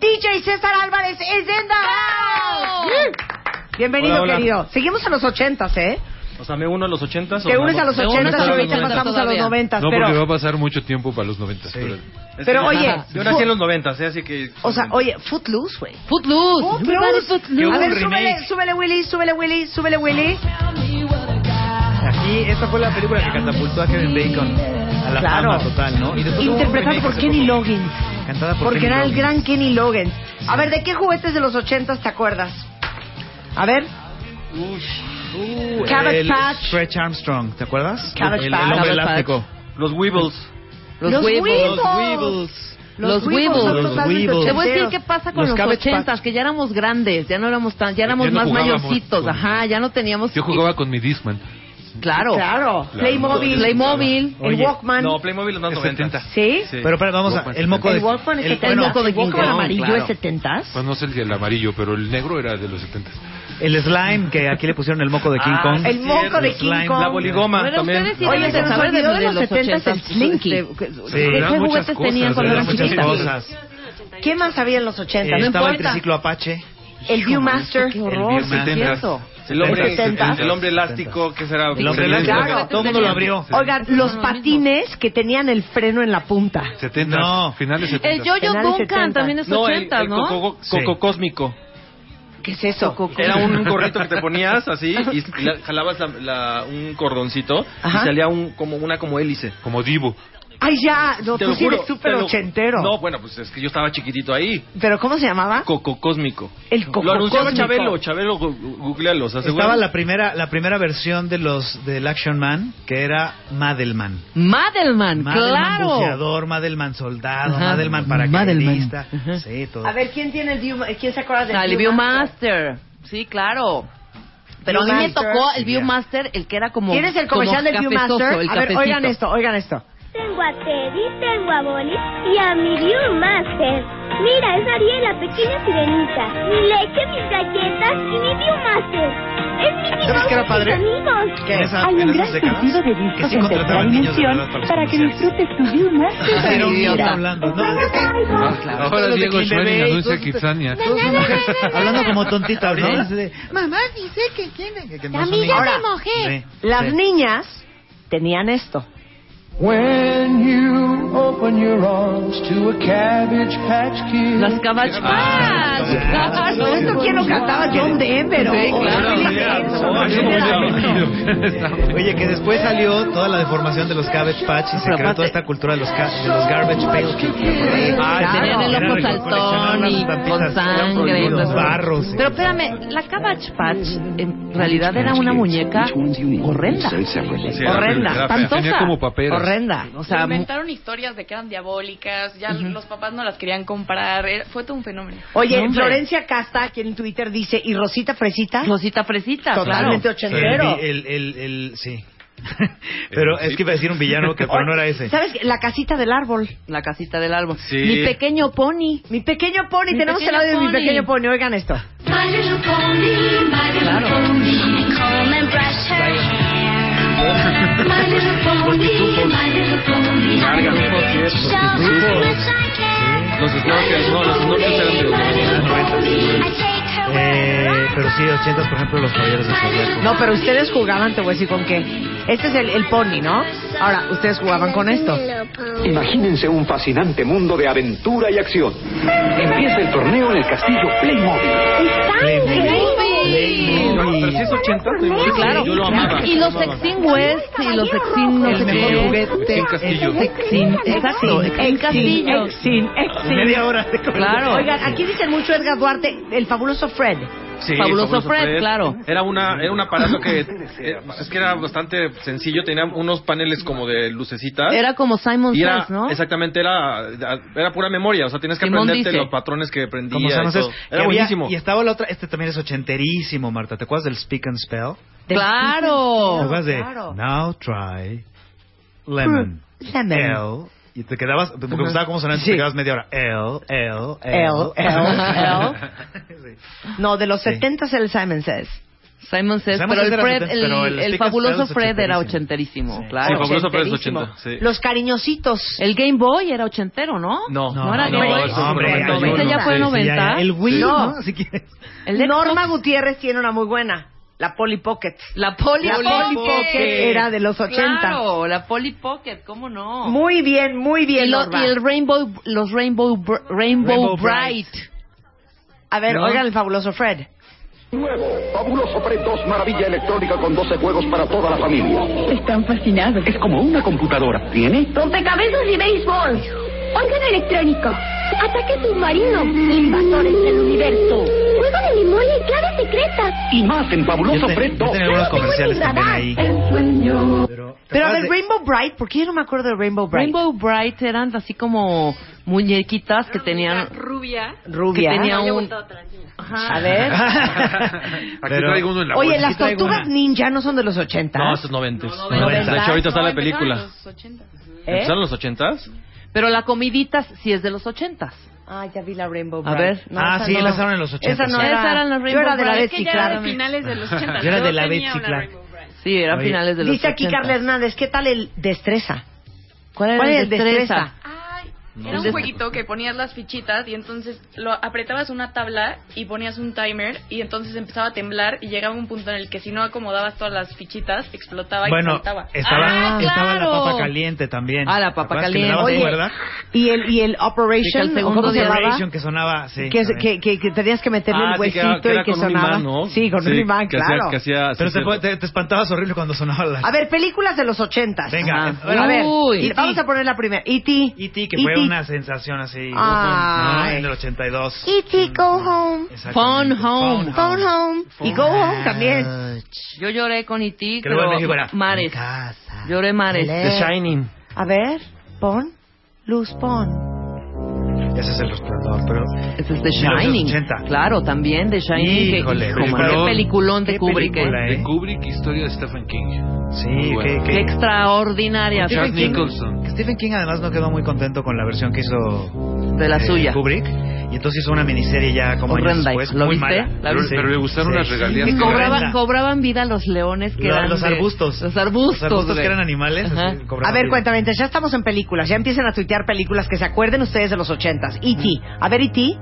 [SPEAKER 6] DJ César Álvarez es in the house. Mm. Bienvenido,
[SPEAKER 15] Hola, hola.
[SPEAKER 6] querido. Seguimos en los 80s, ¿eh?
[SPEAKER 15] O sea, ¿me uno a los 80s?
[SPEAKER 6] Te unes a los 80s y ahorita pasamos a los 90s.
[SPEAKER 16] No, porque
[SPEAKER 6] pero,
[SPEAKER 16] va a pasar mucho tiempo para los 90. Pero...
[SPEAKER 6] pero oye,
[SPEAKER 15] Yo nací
[SPEAKER 6] fu-
[SPEAKER 15] en los 90s, ¿eh? así que...
[SPEAKER 6] o sea, oye, Footloose, güey.
[SPEAKER 11] Footloose. Everybody
[SPEAKER 15] Que hubo
[SPEAKER 6] A ver,
[SPEAKER 15] un
[SPEAKER 6] súbele,
[SPEAKER 15] remake.
[SPEAKER 6] súbele, Willy, súbele, Willy, súbele, Willy.
[SPEAKER 7] Ah, Aquí, esta fue la película que catapultó a Kevin Bacon a a la
[SPEAKER 6] claro.
[SPEAKER 7] fama total, ¿no? Y después hubo un
[SPEAKER 6] Interpretado
[SPEAKER 7] remake
[SPEAKER 6] por
[SPEAKER 7] hace
[SPEAKER 6] Kenny
[SPEAKER 7] poco,
[SPEAKER 6] Loggins.
[SPEAKER 7] Cantada por
[SPEAKER 6] Porque
[SPEAKER 7] Kenny
[SPEAKER 6] era el
[SPEAKER 7] Loggins.
[SPEAKER 6] gran Kenny Loggins. A ver, ¿de qué juguetes de los ochentas te acuerdas? A ver. Cabbage
[SPEAKER 7] uh, El
[SPEAKER 6] Patch.
[SPEAKER 7] Stretch Armstrong, ¿te acuerdas?
[SPEAKER 6] Cabbage
[SPEAKER 7] el,
[SPEAKER 6] Patch.
[SPEAKER 7] el hombre
[SPEAKER 6] Cabbage
[SPEAKER 7] elástico. Los Weebles.
[SPEAKER 8] Los Los Weebles. Weebles. Los huevos. Te voy a decir qué pasa con los,
[SPEAKER 7] Cabbage
[SPEAKER 8] ochentas, que ya éramos grandes, ya no éramos tan, ya éramos
[SPEAKER 5] Ya no
[SPEAKER 8] más
[SPEAKER 5] jugábamos
[SPEAKER 8] mayorcitos,
[SPEAKER 5] con-
[SPEAKER 8] ajá, ya no teníamos.
[SPEAKER 5] Yo jugaba con mi Discman.
[SPEAKER 8] Claro.
[SPEAKER 6] Claro. Playmobil.
[SPEAKER 8] Playmobil.
[SPEAKER 7] Oye,
[SPEAKER 15] No, Playmobil es más 90.
[SPEAKER 6] ¿Sí?
[SPEAKER 7] Pero, pero vamos a... El moco de...
[SPEAKER 6] El Walkman es
[SPEAKER 7] el-
[SPEAKER 6] 70.
[SPEAKER 7] bueno,
[SPEAKER 6] el Walkman
[SPEAKER 7] Walkman,
[SPEAKER 6] amarillo
[SPEAKER 7] claro.
[SPEAKER 6] es 70.
[SPEAKER 5] Pues no sé el del amarillo, pero el negro era de los 70.
[SPEAKER 7] El slime, que aquí le pusieron el moco de King
[SPEAKER 5] Ah,
[SPEAKER 7] Kong.
[SPEAKER 6] El moco de King Kong.
[SPEAKER 8] Bueno, ustedes sí
[SPEAKER 6] Oye,
[SPEAKER 8] deben
[SPEAKER 6] se
[SPEAKER 8] de
[SPEAKER 6] nos
[SPEAKER 8] saber de
[SPEAKER 6] olvidó
[SPEAKER 8] los,
[SPEAKER 6] de los este, 70s el Slinky.
[SPEAKER 8] ¿Qué juguetes tenían cuando eran chiquitas?
[SPEAKER 6] ¿Qué más había en los 80?
[SPEAKER 7] Eh,
[SPEAKER 6] no
[SPEAKER 7] estaba el
[SPEAKER 6] importa.
[SPEAKER 7] triciclo Apache.
[SPEAKER 6] El Viewmaster. Qué
[SPEAKER 7] horror, sí es cierto.
[SPEAKER 15] El hombre,
[SPEAKER 7] 70.
[SPEAKER 15] el hombre elástico, que será?
[SPEAKER 7] El hombre elástico, Claro. todo el mundo lo abrió.
[SPEAKER 6] Oigan, los patines que tenían el freno en la punta.
[SPEAKER 5] 70.
[SPEAKER 15] No.
[SPEAKER 5] Finales 70.
[SPEAKER 8] El yo-yo
[SPEAKER 6] Finales
[SPEAKER 8] Duncan
[SPEAKER 6] 70.
[SPEAKER 8] también es
[SPEAKER 15] No, el-
[SPEAKER 8] 80,
[SPEAKER 15] el
[SPEAKER 8] ¿no?
[SPEAKER 15] coco,
[SPEAKER 7] Sí.
[SPEAKER 15] coco cósmico.
[SPEAKER 6] ¿Qué es eso?
[SPEAKER 15] Era un, un gorrito que te ponías así y la- jalabas la- la- un cordoncito
[SPEAKER 6] Ajá.
[SPEAKER 15] y salía un, como una como hélice.
[SPEAKER 5] Como divo.
[SPEAKER 6] Ay, ya, no,
[SPEAKER 15] Te
[SPEAKER 6] tú
[SPEAKER 15] lo
[SPEAKER 6] sí eres
[SPEAKER 15] juro,
[SPEAKER 6] súper
[SPEAKER 15] te lo-
[SPEAKER 6] ochentero.
[SPEAKER 15] No, bueno, pues es que yo estaba chiquitito ahí.
[SPEAKER 6] ¿Pero cómo se llamaba?
[SPEAKER 15] Coco cósmico.
[SPEAKER 6] El coco
[SPEAKER 15] Lo anunciaba
[SPEAKER 6] cósmico.
[SPEAKER 15] Chabelo, Chabelo, gu- gu- googlealo. o sea, seguro-
[SPEAKER 7] Estaba la primera, la primera versión de los del Action Man, que era Madelman. Madelman
[SPEAKER 8] Madelman, claro.
[SPEAKER 7] buceador, Madelman soldado,
[SPEAKER 8] Ajá.
[SPEAKER 7] Madelman paracaidista. Sí, todo.
[SPEAKER 6] A ver, ¿quién tiene el View- eh, ¿Quién se acuerda del
[SPEAKER 8] Ah, el
[SPEAKER 6] Viewmaster?
[SPEAKER 8] Viewmaster. Sí, claro. Pero a mí me
[SPEAKER 6] Viewmaster,
[SPEAKER 8] tocó el
[SPEAKER 6] sí,
[SPEAKER 8] Viewmaster, el que era como.
[SPEAKER 6] ¿Quién es el comercial
[SPEAKER 8] como
[SPEAKER 6] del Viewmaster?
[SPEAKER 8] cafezoso, el
[SPEAKER 6] A ver,
[SPEAKER 8] cafecito.
[SPEAKER 6] oigan esto, oigan esto.
[SPEAKER 17] Tengo a Teddy, tengo a Bonnie y a mi Viewmaster. Mira, es Ariel, la pequeña sirenita. Mi leche, mis galletas y mi Viewmaster. Es mi
[SPEAKER 7] ¿Sabes
[SPEAKER 17] dinosaurio
[SPEAKER 7] qué era
[SPEAKER 17] y
[SPEAKER 7] padre?
[SPEAKER 17] mis amigos.
[SPEAKER 7] Que en esa- en esas décadas, que sí contrataban niños de verdad para los comerciales.
[SPEAKER 17] tu Viewmaster.
[SPEAKER 7] Ah, era un niño
[SPEAKER 17] Mira.
[SPEAKER 7] hablando. No, es que-
[SPEAKER 5] Ahora
[SPEAKER 7] Todo de
[SPEAKER 5] Diego
[SPEAKER 7] Kinder
[SPEAKER 5] Schwenning
[SPEAKER 7] Bay,
[SPEAKER 5] anuncia
[SPEAKER 7] todo esto-
[SPEAKER 5] Kitsania.
[SPEAKER 7] todas sus mujeres Hablando como tontitas, ¿no? Así de-
[SPEAKER 17] Mamá dice que tiene.
[SPEAKER 7] que no son niños.
[SPEAKER 6] Ahora,
[SPEAKER 7] Sí,
[SPEAKER 6] Las
[SPEAKER 7] sí.
[SPEAKER 6] niñas tenían esto.
[SPEAKER 9] When you open your arms to a cabbage patch kid.
[SPEAKER 8] Las Cabbage
[SPEAKER 15] Ah,
[SPEAKER 7] Ah,
[SPEAKER 8] Patch.
[SPEAKER 6] No, esto quién lo cantaba John Denver o-
[SPEAKER 8] Sí,
[SPEAKER 6] o
[SPEAKER 8] claro.
[SPEAKER 6] Willie Nelson.
[SPEAKER 7] Oye, que después salió toda la deformación de los Cabbage Patch y se creó toda esta cultura de los, ca- de los Garbage Pail Kids. ¿te acuerdas?
[SPEAKER 8] Ah, tenían el
[SPEAKER 7] Eran los
[SPEAKER 8] ojo
[SPEAKER 7] que coleccionaban
[SPEAKER 8] saltón
[SPEAKER 7] las
[SPEAKER 8] y con
[SPEAKER 7] estampitas, eran
[SPEAKER 8] sangre.
[SPEAKER 7] prohibidos,
[SPEAKER 8] entonces-
[SPEAKER 7] barros.
[SPEAKER 8] Pero espérame, la Cabbage Patch en realidad era una muñeca horrenda.
[SPEAKER 5] Sí, era
[SPEAKER 8] Horrenda,
[SPEAKER 5] fea.
[SPEAKER 8] espantosa.
[SPEAKER 5] Tenía como paperas.
[SPEAKER 8] Horrenda. O sea, mu-
[SPEAKER 18] inventaron historias de que eran diabólicas, ya
[SPEAKER 8] Ujú.
[SPEAKER 18] los papás no las querían comprar, era- fue todo un fenómeno.
[SPEAKER 6] Oye,
[SPEAKER 8] Hombre.
[SPEAKER 6] Florencia Casta, aquí en Twitter dice, ¿y Rosita Fresita?
[SPEAKER 8] Rosita Fresita,
[SPEAKER 6] Totalmente
[SPEAKER 8] claro.
[SPEAKER 6] ochentero.
[SPEAKER 7] El, el, el, el- sí. Pero es que iba a decir un villano que pero no era ese.
[SPEAKER 6] ¿Sabes? qué? La casita del árbol.
[SPEAKER 8] La casita del árbol.
[SPEAKER 7] Sí.
[SPEAKER 8] Mi pequeño pony.
[SPEAKER 6] Mi pequeño pony.
[SPEAKER 8] Mi
[SPEAKER 6] Tenemos el
[SPEAKER 8] pequeño
[SPEAKER 6] audio de mi
[SPEAKER 8] pony.
[SPEAKER 6] pequeño pony. Oigan esto.
[SPEAKER 4] My little pony, my little pony, come and brush her hair. My little pony, my little pony, I
[SPEAKER 15] Larga.
[SPEAKER 4] will show how much I care.
[SPEAKER 15] Los snorkels, no, los snorkels eran de
[SPEAKER 4] My little pony, I take her
[SPEAKER 7] Eh, pero sí, 80 por ejemplo, los caballeros de Zodiaco.
[SPEAKER 6] No, pero ustedes jugaban, te voy a decir con qué. Este es el, el pony, ¿no? Ahora, ustedes jugaban con esto.
[SPEAKER 19] Imagínense un fascinante mundo de aventura y acción. Empieza el torneo en el castillo Playmobil.
[SPEAKER 15] Pero si es 80, te digo,
[SPEAKER 8] Sí, claro.
[SPEAKER 15] yo lo amaba.
[SPEAKER 8] Y los Exin West y los Exin no
[SPEAKER 7] El
[SPEAKER 8] sé
[SPEAKER 7] mejor
[SPEAKER 8] qué.
[SPEAKER 7] juguete.
[SPEAKER 8] Exin
[SPEAKER 7] Castillo.
[SPEAKER 8] Exin, exacto. Exin Castillo.
[SPEAKER 6] Exin, Exin.
[SPEAKER 7] Media hora de
[SPEAKER 8] Claro.
[SPEAKER 6] Oigan, aquí dicen mucho Edgar Duarte, el fabuloso Fred.
[SPEAKER 15] Sí,
[SPEAKER 8] Fabuloso Fred, claro.
[SPEAKER 15] Era una era un aparato que eh, pues es que era bastante sencillo, tenía unos paneles como de
[SPEAKER 5] ¿Ah?
[SPEAKER 15] lucecitas.
[SPEAKER 8] Era como Simon
[SPEAKER 15] Y era,
[SPEAKER 8] Says, ¿no?
[SPEAKER 15] Exactamente, era, era pura memoria, o sea, tenías que
[SPEAKER 8] Simón
[SPEAKER 15] aprenderte
[SPEAKER 8] dice.
[SPEAKER 15] los patrones que
[SPEAKER 7] Como
[SPEAKER 15] aprendías.
[SPEAKER 7] son,
[SPEAKER 15] y
[SPEAKER 7] entonces,
[SPEAKER 15] todo.
[SPEAKER 7] que
[SPEAKER 15] Era
[SPEAKER 7] había-
[SPEAKER 15] buenísimo.
[SPEAKER 7] Y estaba la otra, este también es ochenterísimo, Marta. ¿Te acuerdas del Speak and Spell? ¿Te
[SPEAKER 6] Oh,
[SPEAKER 8] Claro.
[SPEAKER 7] acuerdas de
[SPEAKER 8] Claro.
[SPEAKER 7] Now Try Lemon?
[SPEAKER 6] Hmm, Lemon.
[SPEAKER 7] L. Y te quedabas, porque
[SPEAKER 6] Ujú.
[SPEAKER 7] gustaba cómo sonaba, y
[SPEAKER 6] Sí.
[SPEAKER 7] te quedabas media hora. L, L, L.
[SPEAKER 6] L, L, No, de los 70 es el Simon Says.
[SPEAKER 8] Simon Says,
[SPEAKER 7] Simon
[SPEAKER 8] pero,
[SPEAKER 7] Says
[SPEAKER 8] el,
[SPEAKER 7] era
[SPEAKER 8] Fred,
[SPEAKER 7] 70,
[SPEAKER 8] el,
[SPEAKER 7] pero el
[SPEAKER 8] el
[SPEAKER 7] Stick
[SPEAKER 8] fabuloso
[SPEAKER 7] Stars
[SPEAKER 8] Fred era
[SPEAKER 7] ochenterísimo.
[SPEAKER 8] ochenterísimo,
[SPEAKER 15] Sí,
[SPEAKER 8] claro.
[SPEAKER 15] Fabuloso Fred es
[SPEAKER 8] Ochenterísimo.
[SPEAKER 15] 80, sí.
[SPEAKER 6] Los cariñositos.
[SPEAKER 8] El Game Boy era ochentero, ¿no?
[SPEAKER 15] No,
[SPEAKER 8] No, era Game Boy.
[SPEAKER 15] eso es un
[SPEAKER 7] hombre,
[SPEAKER 15] noventa y
[SPEAKER 8] Ese
[SPEAKER 15] uno.
[SPEAKER 8] ya fue
[SPEAKER 15] Sí, sí,
[SPEAKER 8] 90.
[SPEAKER 7] Ya, El Wii,
[SPEAKER 6] Sí.
[SPEAKER 7] ¿no?
[SPEAKER 6] No.
[SPEAKER 7] Si quieres.
[SPEAKER 8] El
[SPEAKER 6] Norma Gutiérrez tiene una muy buena. La Polly Pocket.
[SPEAKER 8] La Polly
[SPEAKER 6] La Polly Pocket era de los 80.
[SPEAKER 8] Claro, la Polly Pocket, ¿cómo no?
[SPEAKER 6] Muy bien, muy bien,
[SPEAKER 8] y, lo-
[SPEAKER 6] Norma.
[SPEAKER 8] y el Rainbow, los Rainbow, Br-
[SPEAKER 7] Rainbow
[SPEAKER 8] Rainbow, Bright.
[SPEAKER 6] A ver,
[SPEAKER 7] ¿No?
[SPEAKER 6] oigan el fabuloso Fred.
[SPEAKER 19] Nuevo, fabuloso Pre 2 Maravilla Electrónica con 12 juegos para toda la familia.
[SPEAKER 20] Están fascinados.
[SPEAKER 19] Es como una computadora. ¿Tiene?
[SPEAKER 17] Rompecabezas y béisbol. Órgano electrónico. Ataque submarino. Invasores del universo. Juego de memoria y clave secreta.
[SPEAKER 19] Y más en fabuloso
[SPEAKER 7] Yo te-
[SPEAKER 19] Pre
[SPEAKER 7] yo
[SPEAKER 19] 2.
[SPEAKER 7] tenía algunos comerciales también ahí.
[SPEAKER 6] Pero a ver,
[SPEAKER 8] de-
[SPEAKER 6] Rainbow Bright, ¿por qué yo no me acuerdo de Rainbow Bright?
[SPEAKER 8] Rainbow Bright eran así como muñequitas que tenían
[SPEAKER 18] Rubia.
[SPEAKER 6] Rubia.
[SPEAKER 8] Que tenía
[SPEAKER 6] No, yo
[SPEAKER 8] un...
[SPEAKER 6] gustaba
[SPEAKER 8] Ajá.
[SPEAKER 6] A ver.
[SPEAKER 15] Aquí traigo uno en la
[SPEAKER 6] Oye,
[SPEAKER 15] bolsa.
[SPEAKER 6] las tortugas ninja no son de los 80.
[SPEAKER 15] No, estos noventas.
[SPEAKER 8] No,
[SPEAKER 15] De
[SPEAKER 8] noventas.
[SPEAKER 15] hecho, ahorita está la
[SPEAKER 8] No,
[SPEAKER 15] película.
[SPEAKER 8] empezaron en los ochentas. ¿Eh?
[SPEAKER 15] ¿Empezaron los ochentas?
[SPEAKER 8] Pero la comiditas sí es de los ochentas.
[SPEAKER 6] Ah, ya vi la Rainbow
[SPEAKER 15] A ver.
[SPEAKER 6] No,
[SPEAKER 15] Ah,
[SPEAKER 6] esa
[SPEAKER 15] sí,
[SPEAKER 6] no.
[SPEAKER 15] la usaron en los
[SPEAKER 6] Esa
[SPEAKER 15] 80.
[SPEAKER 6] no
[SPEAKER 8] Esa
[SPEAKER 6] era.
[SPEAKER 8] eran las
[SPEAKER 6] yo
[SPEAKER 8] Rainbow
[SPEAKER 6] era de la
[SPEAKER 8] Bright.
[SPEAKER 6] Betsy
[SPEAKER 8] Es que ya era de
[SPEAKER 6] Clark.
[SPEAKER 18] finales de los 80.
[SPEAKER 6] Yo era de
[SPEAKER 18] Yo
[SPEAKER 6] la
[SPEAKER 18] tenía
[SPEAKER 6] Betsy
[SPEAKER 18] una
[SPEAKER 6] Clark.
[SPEAKER 18] Rainbow Bright.
[SPEAKER 8] Sí, eran
[SPEAKER 6] Oye,
[SPEAKER 8] finales de los
[SPEAKER 6] Dice aquí
[SPEAKER 8] 80.
[SPEAKER 6] Carla Hernández, ¿qué tal el destreza?
[SPEAKER 8] ¿Cuál era el destreza?
[SPEAKER 18] Era un jueguito que ponías las fichitas y entonces lo apretabas una tabla y ponías un timer y entonces empezaba a temblar y llegaba un punto en el que si no acomodabas todas las fichitas explotaba y
[SPEAKER 7] Bueno,
[SPEAKER 18] saltaba.
[SPEAKER 7] estaba,
[SPEAKER 18] ¡Ah,
[SPEAKER 7] estaba la
[SPEAKER 18] claro!
[SPEAKER 7] papa caliente también.
[SPEAKER 6] Ah, la papa
[SPEAKER 7] ¿Te acuerdas que le
[SPEAKER 6] caliente.
[SPEAKER 7] dabas
[SPEAKER 6] Oye,
[SPEAKER 7] cuerda?
[SPEAKER 6] Y el, y el Operation,
[SPEAKER 7] el
[SPEAKER 6] ¿o ¿cómo se llamaba?
[SPEAKER 7] Operation que sonaba, sí.
[SPEAKER 6] que,
[SPEAKER 7] también.
[SPEAKER 6] que, que, que tenías que meterle
[SPEAKER 7] Ah,
[SPEAKER 6] el
[SPEAKER 7] sí, que
[SPEAKER 6] huesito
[SPEAKER 7] era- que era
[SPEAKER 6] y que
[SPEAKER 7] con un
[SPEAKER 6] sonaba.
[SPEAKER 7] imán, ¿no?
[SPEAKER 6] Sí, con un
[SPEAKER 7] Sí,
[SPEAKER 6] imán,
[SPEAKER 7] que hacía-
[SPEAKER 6] claro.
[SPEAKER 7] que hacía- Pero te, po- te- te espantabas horrible cuando sonaba la...
[SPEAKER 6] A ver, películas de los ochentas.
[SPEAKER 7] Venga,
[SPEAKER 6] Ajá.
[SPEAKER 7] bueno.
[SPEAKER 6] a ver,
[SPEAKER 7] Uy. E
[SPEAKER 6] y- vamos a poner la primera. E E.T.
[SPEAKER 7] E.T. E
[SPEAKER 8] E
[SPEAKER 7] que fue
[SPEAKER 6] E.T.
[SPEAKER 7] una sensación así.
[SPEAKER 6] Ay.
[SPEAKER 7] ¿no? En el 82.
[SPEAKER 8] E
[SPEAKER 6] E.T. E Go Home.
[SPEAKER 7] Mm, Phone Home. Ah.
[SPEAKER 6] Phone Home. Y Go Home también.
[SPEAKER 8] Yo lloré con IT,
[SPEAKER 7] Que luego en
[SPEAKER 8] pero
[SPEAKER 7] México era,
[SPEAKER 8] mares. Lloré mares.
[SPEAKER 6] The
[SPEAKER 7] Shining.
[SPEAKER 6] A ver, pon. Luz, pon.
[SPEAKER 7] Ese es el resplandor, pero...
[SPEAKER 8] Ese es The Shining. Claro, también The Shining. que-
[SPEAKER 15] Híjole,
[SPEAKER 8] hijo, man,
[SPEAKER 15] peliculón.
[SPEAKER 8] qué peliculón de
[SPEAKER 15] Qué
[SPEAKER 8] Kubrick. ¿eh?
[SPEAKER 15] película, ¿eh? De Kubrick, historia de Stephen King.
[SPEAKER 7] Sí,
[SPEAKER 15] bueno.
[SPEAKER 7] que-
[SPEAKER 8] Qué
[SPEAKER 7] que- eh.
[SPEAKER 8] extraordinaria.
[SPEAKER 7] Con Charles
[SPEAKER 8] Stephen King.
[SPEAKER 7] Nicholson. Que Stephen King además no quedó muy contento con la versión que hizo eh,
[SPEAKER 8] De la suya.
[SPEAKER 7] Kubrick y entonces hizo una miniserie ya como años
[SPEAKER 8] Horrenda.
[SPEAKER 7] después
[SPEAKER 8] ¿Lo
[SPEAKER 7] muy
[SPEAKER 8] viste?
[SPEAKER 7] mala.
[SPEAKER 8] ¿La Pero- viste? pero le
[SPEAKER 15] gustaron las regalías
[SPEAKER 8] Que
[SPEAKER 7] Sí,
[SPEAKER 8] cobraba-
[SPEAKER 7] horrenda.
[SPEAKER 8] cobraban vida los leones que
[SPEAKER 7] Lo-
[SPEAKER 8] eran
[SPEAKER 7] los
[SPEAKER 8] de-
[SPEAKER 7] arbustos.
[SPEAKER 8] Los arbustos.
[SPEAKER 7] Los arbustos que
[SPEAKER 8] güey.
[SPEAKER 7] eran animales, así,
[SPEAKER 8] Ajá.
[SPEAKER 7] cobraban
[SPEAKER 6] A ver,
[SPEAKER 7] vida.
[SPEAKER 6] cuéntame, entonces ya estamos en películas. Ya empiecen a tuitear películas que se acuerden ustedes de los ochentas. E.T. A ver, E E.T.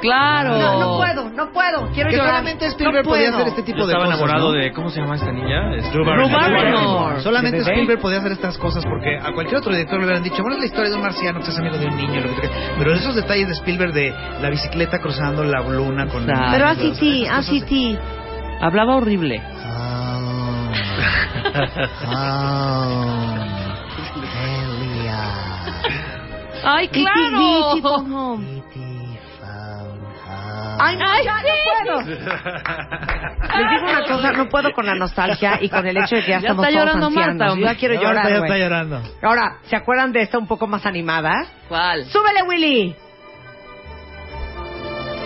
[SPEAKER 8] Claro.
[SPEAKER 6] No, no puedo, no puedo. Quiero
[SPEAKER 7] Que
[SPEAKER 6] llorar.
[SPEAKER 7] solamente Spielberg
[SPEAKER 6] No
[SPEAKER 7] podía
[SPEAKER 6] puedo.
[SPEAKER 7] hacer este tipo
[SPEAKER 15] Yo
[SPEAKER 7] de
[SPEAKER 15] estaba
[SPEAKER 7] cosas.
[SPEAKER 15] enamorado
[SPEAKER 7] ¿no?
[SPEAKER 15] de ¿cómo se llama esta niña? Es-
[SPEAKER 7] Drew Barrymore.
[SPEAKER 8] Barrymore.
[SPEAKER 7] Solamente
[SPEAKER 8] ¿De bebé?
[SPEAKER 7] Spielberg podía hacer estas cosas porque a cualquier otro director le hubieran dicho, bueno, es la historia de un marciano que es amigo de un niño, lo que tú quieras. pero esos detalles de Spielberg de la bicicleta cruzando la luna con...
[SPEAKER 8] Exacto.
[SPEAKER 6] Pero haz
[SPEAKER 7] así
[SPEAKER 6] E.T., haz E.T.
[SPEAKER 8] Hablaba horrible. Ay,
[SPEAKER 6] E.T.,
[SPEAKER 8] claro.
[SPEAKER 6] E.T., go home. Ay, no, ya no puedo. Les digo una cosa, no puedo con la nostalgia y con el hecho de que ya,
[SPEAKER 8] Ya
[SPEAKER 6] estamos
[SPEAKER 8] está
[SPEAKER 6] todos
[SPEAKER 8] llorando
[SPEAKER 6] ancianos.
[SPEAKER 8] Marta,
[SPEAKER 6] Yo ya
[SPEAKER 8] hombre.
[SPEAKER 6] quiero
[SPEAKER 8] No,
[SPEAKER 6] llorar,
[SPEAKER 7] ya
[SPEAKER 6] güey.
[SPEAKER 7] está llorando.
[SPEAKER 6] Ahora, ¿se acuerdan de esta un poco más animada?
[SPEAKER 8] ¿Cuál?
[SPEAKER 6] ¡Súbele, Willy!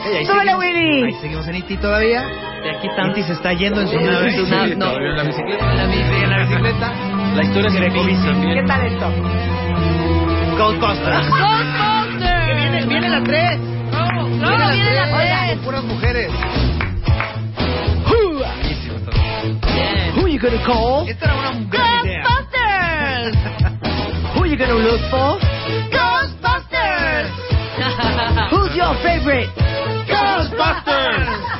[SPEAKER 7] Ey, ahí
[SPEAKER 6] ¡Súbele,
[SPEAKER 7] seguimos-
[SPEAKER 6] Willy!
[SPEAKER 7] Ahí seguimos en E.T. todavía.
[SPEAKER 8] De aquí
[SPEAKER 7] E.T. se está yendo en su
[SPEAKER 8] Sí,
[SPEAKER 7] nave.
[SPEAKER 8] en su nave, no.
[SPEAKER 7] todavía en la bicicleta.
[SPEAKER 8] En la bici.
[SPEAKER 7] En la bicicleta.
[SPEAKER 15] La historia de Grecovic
[SPEAKER 6] ¿Qué
[SPEAKER 15] también.
[SPEAKER 6] tal esto?
[SPEAKER 7] Ghostbusters.
[SPEAKER 8] ¡Ghostbusters!
[SPEAKER 6] Que viene, viene la 3.
[SPEAKER 8] No,
[SPEAKER 6] la
[SPEAKER 8] viene la
[SPEAKER 6] tres.
[SPEAKER 8] tres.
[SPEAKER 7] Oigan, puras mujeres.
[SPEAKER 8] Bien.
[SPEAKER 6] Who you gonna call?
[SPEAKER 7] Esta era una gran idea.
[SPEAKER 8] Oh. ¡Ghostbusters!
[SPEAKER 6] Who you gonna look for? Ghostbusters! Who's your favorite? Ghostbusters!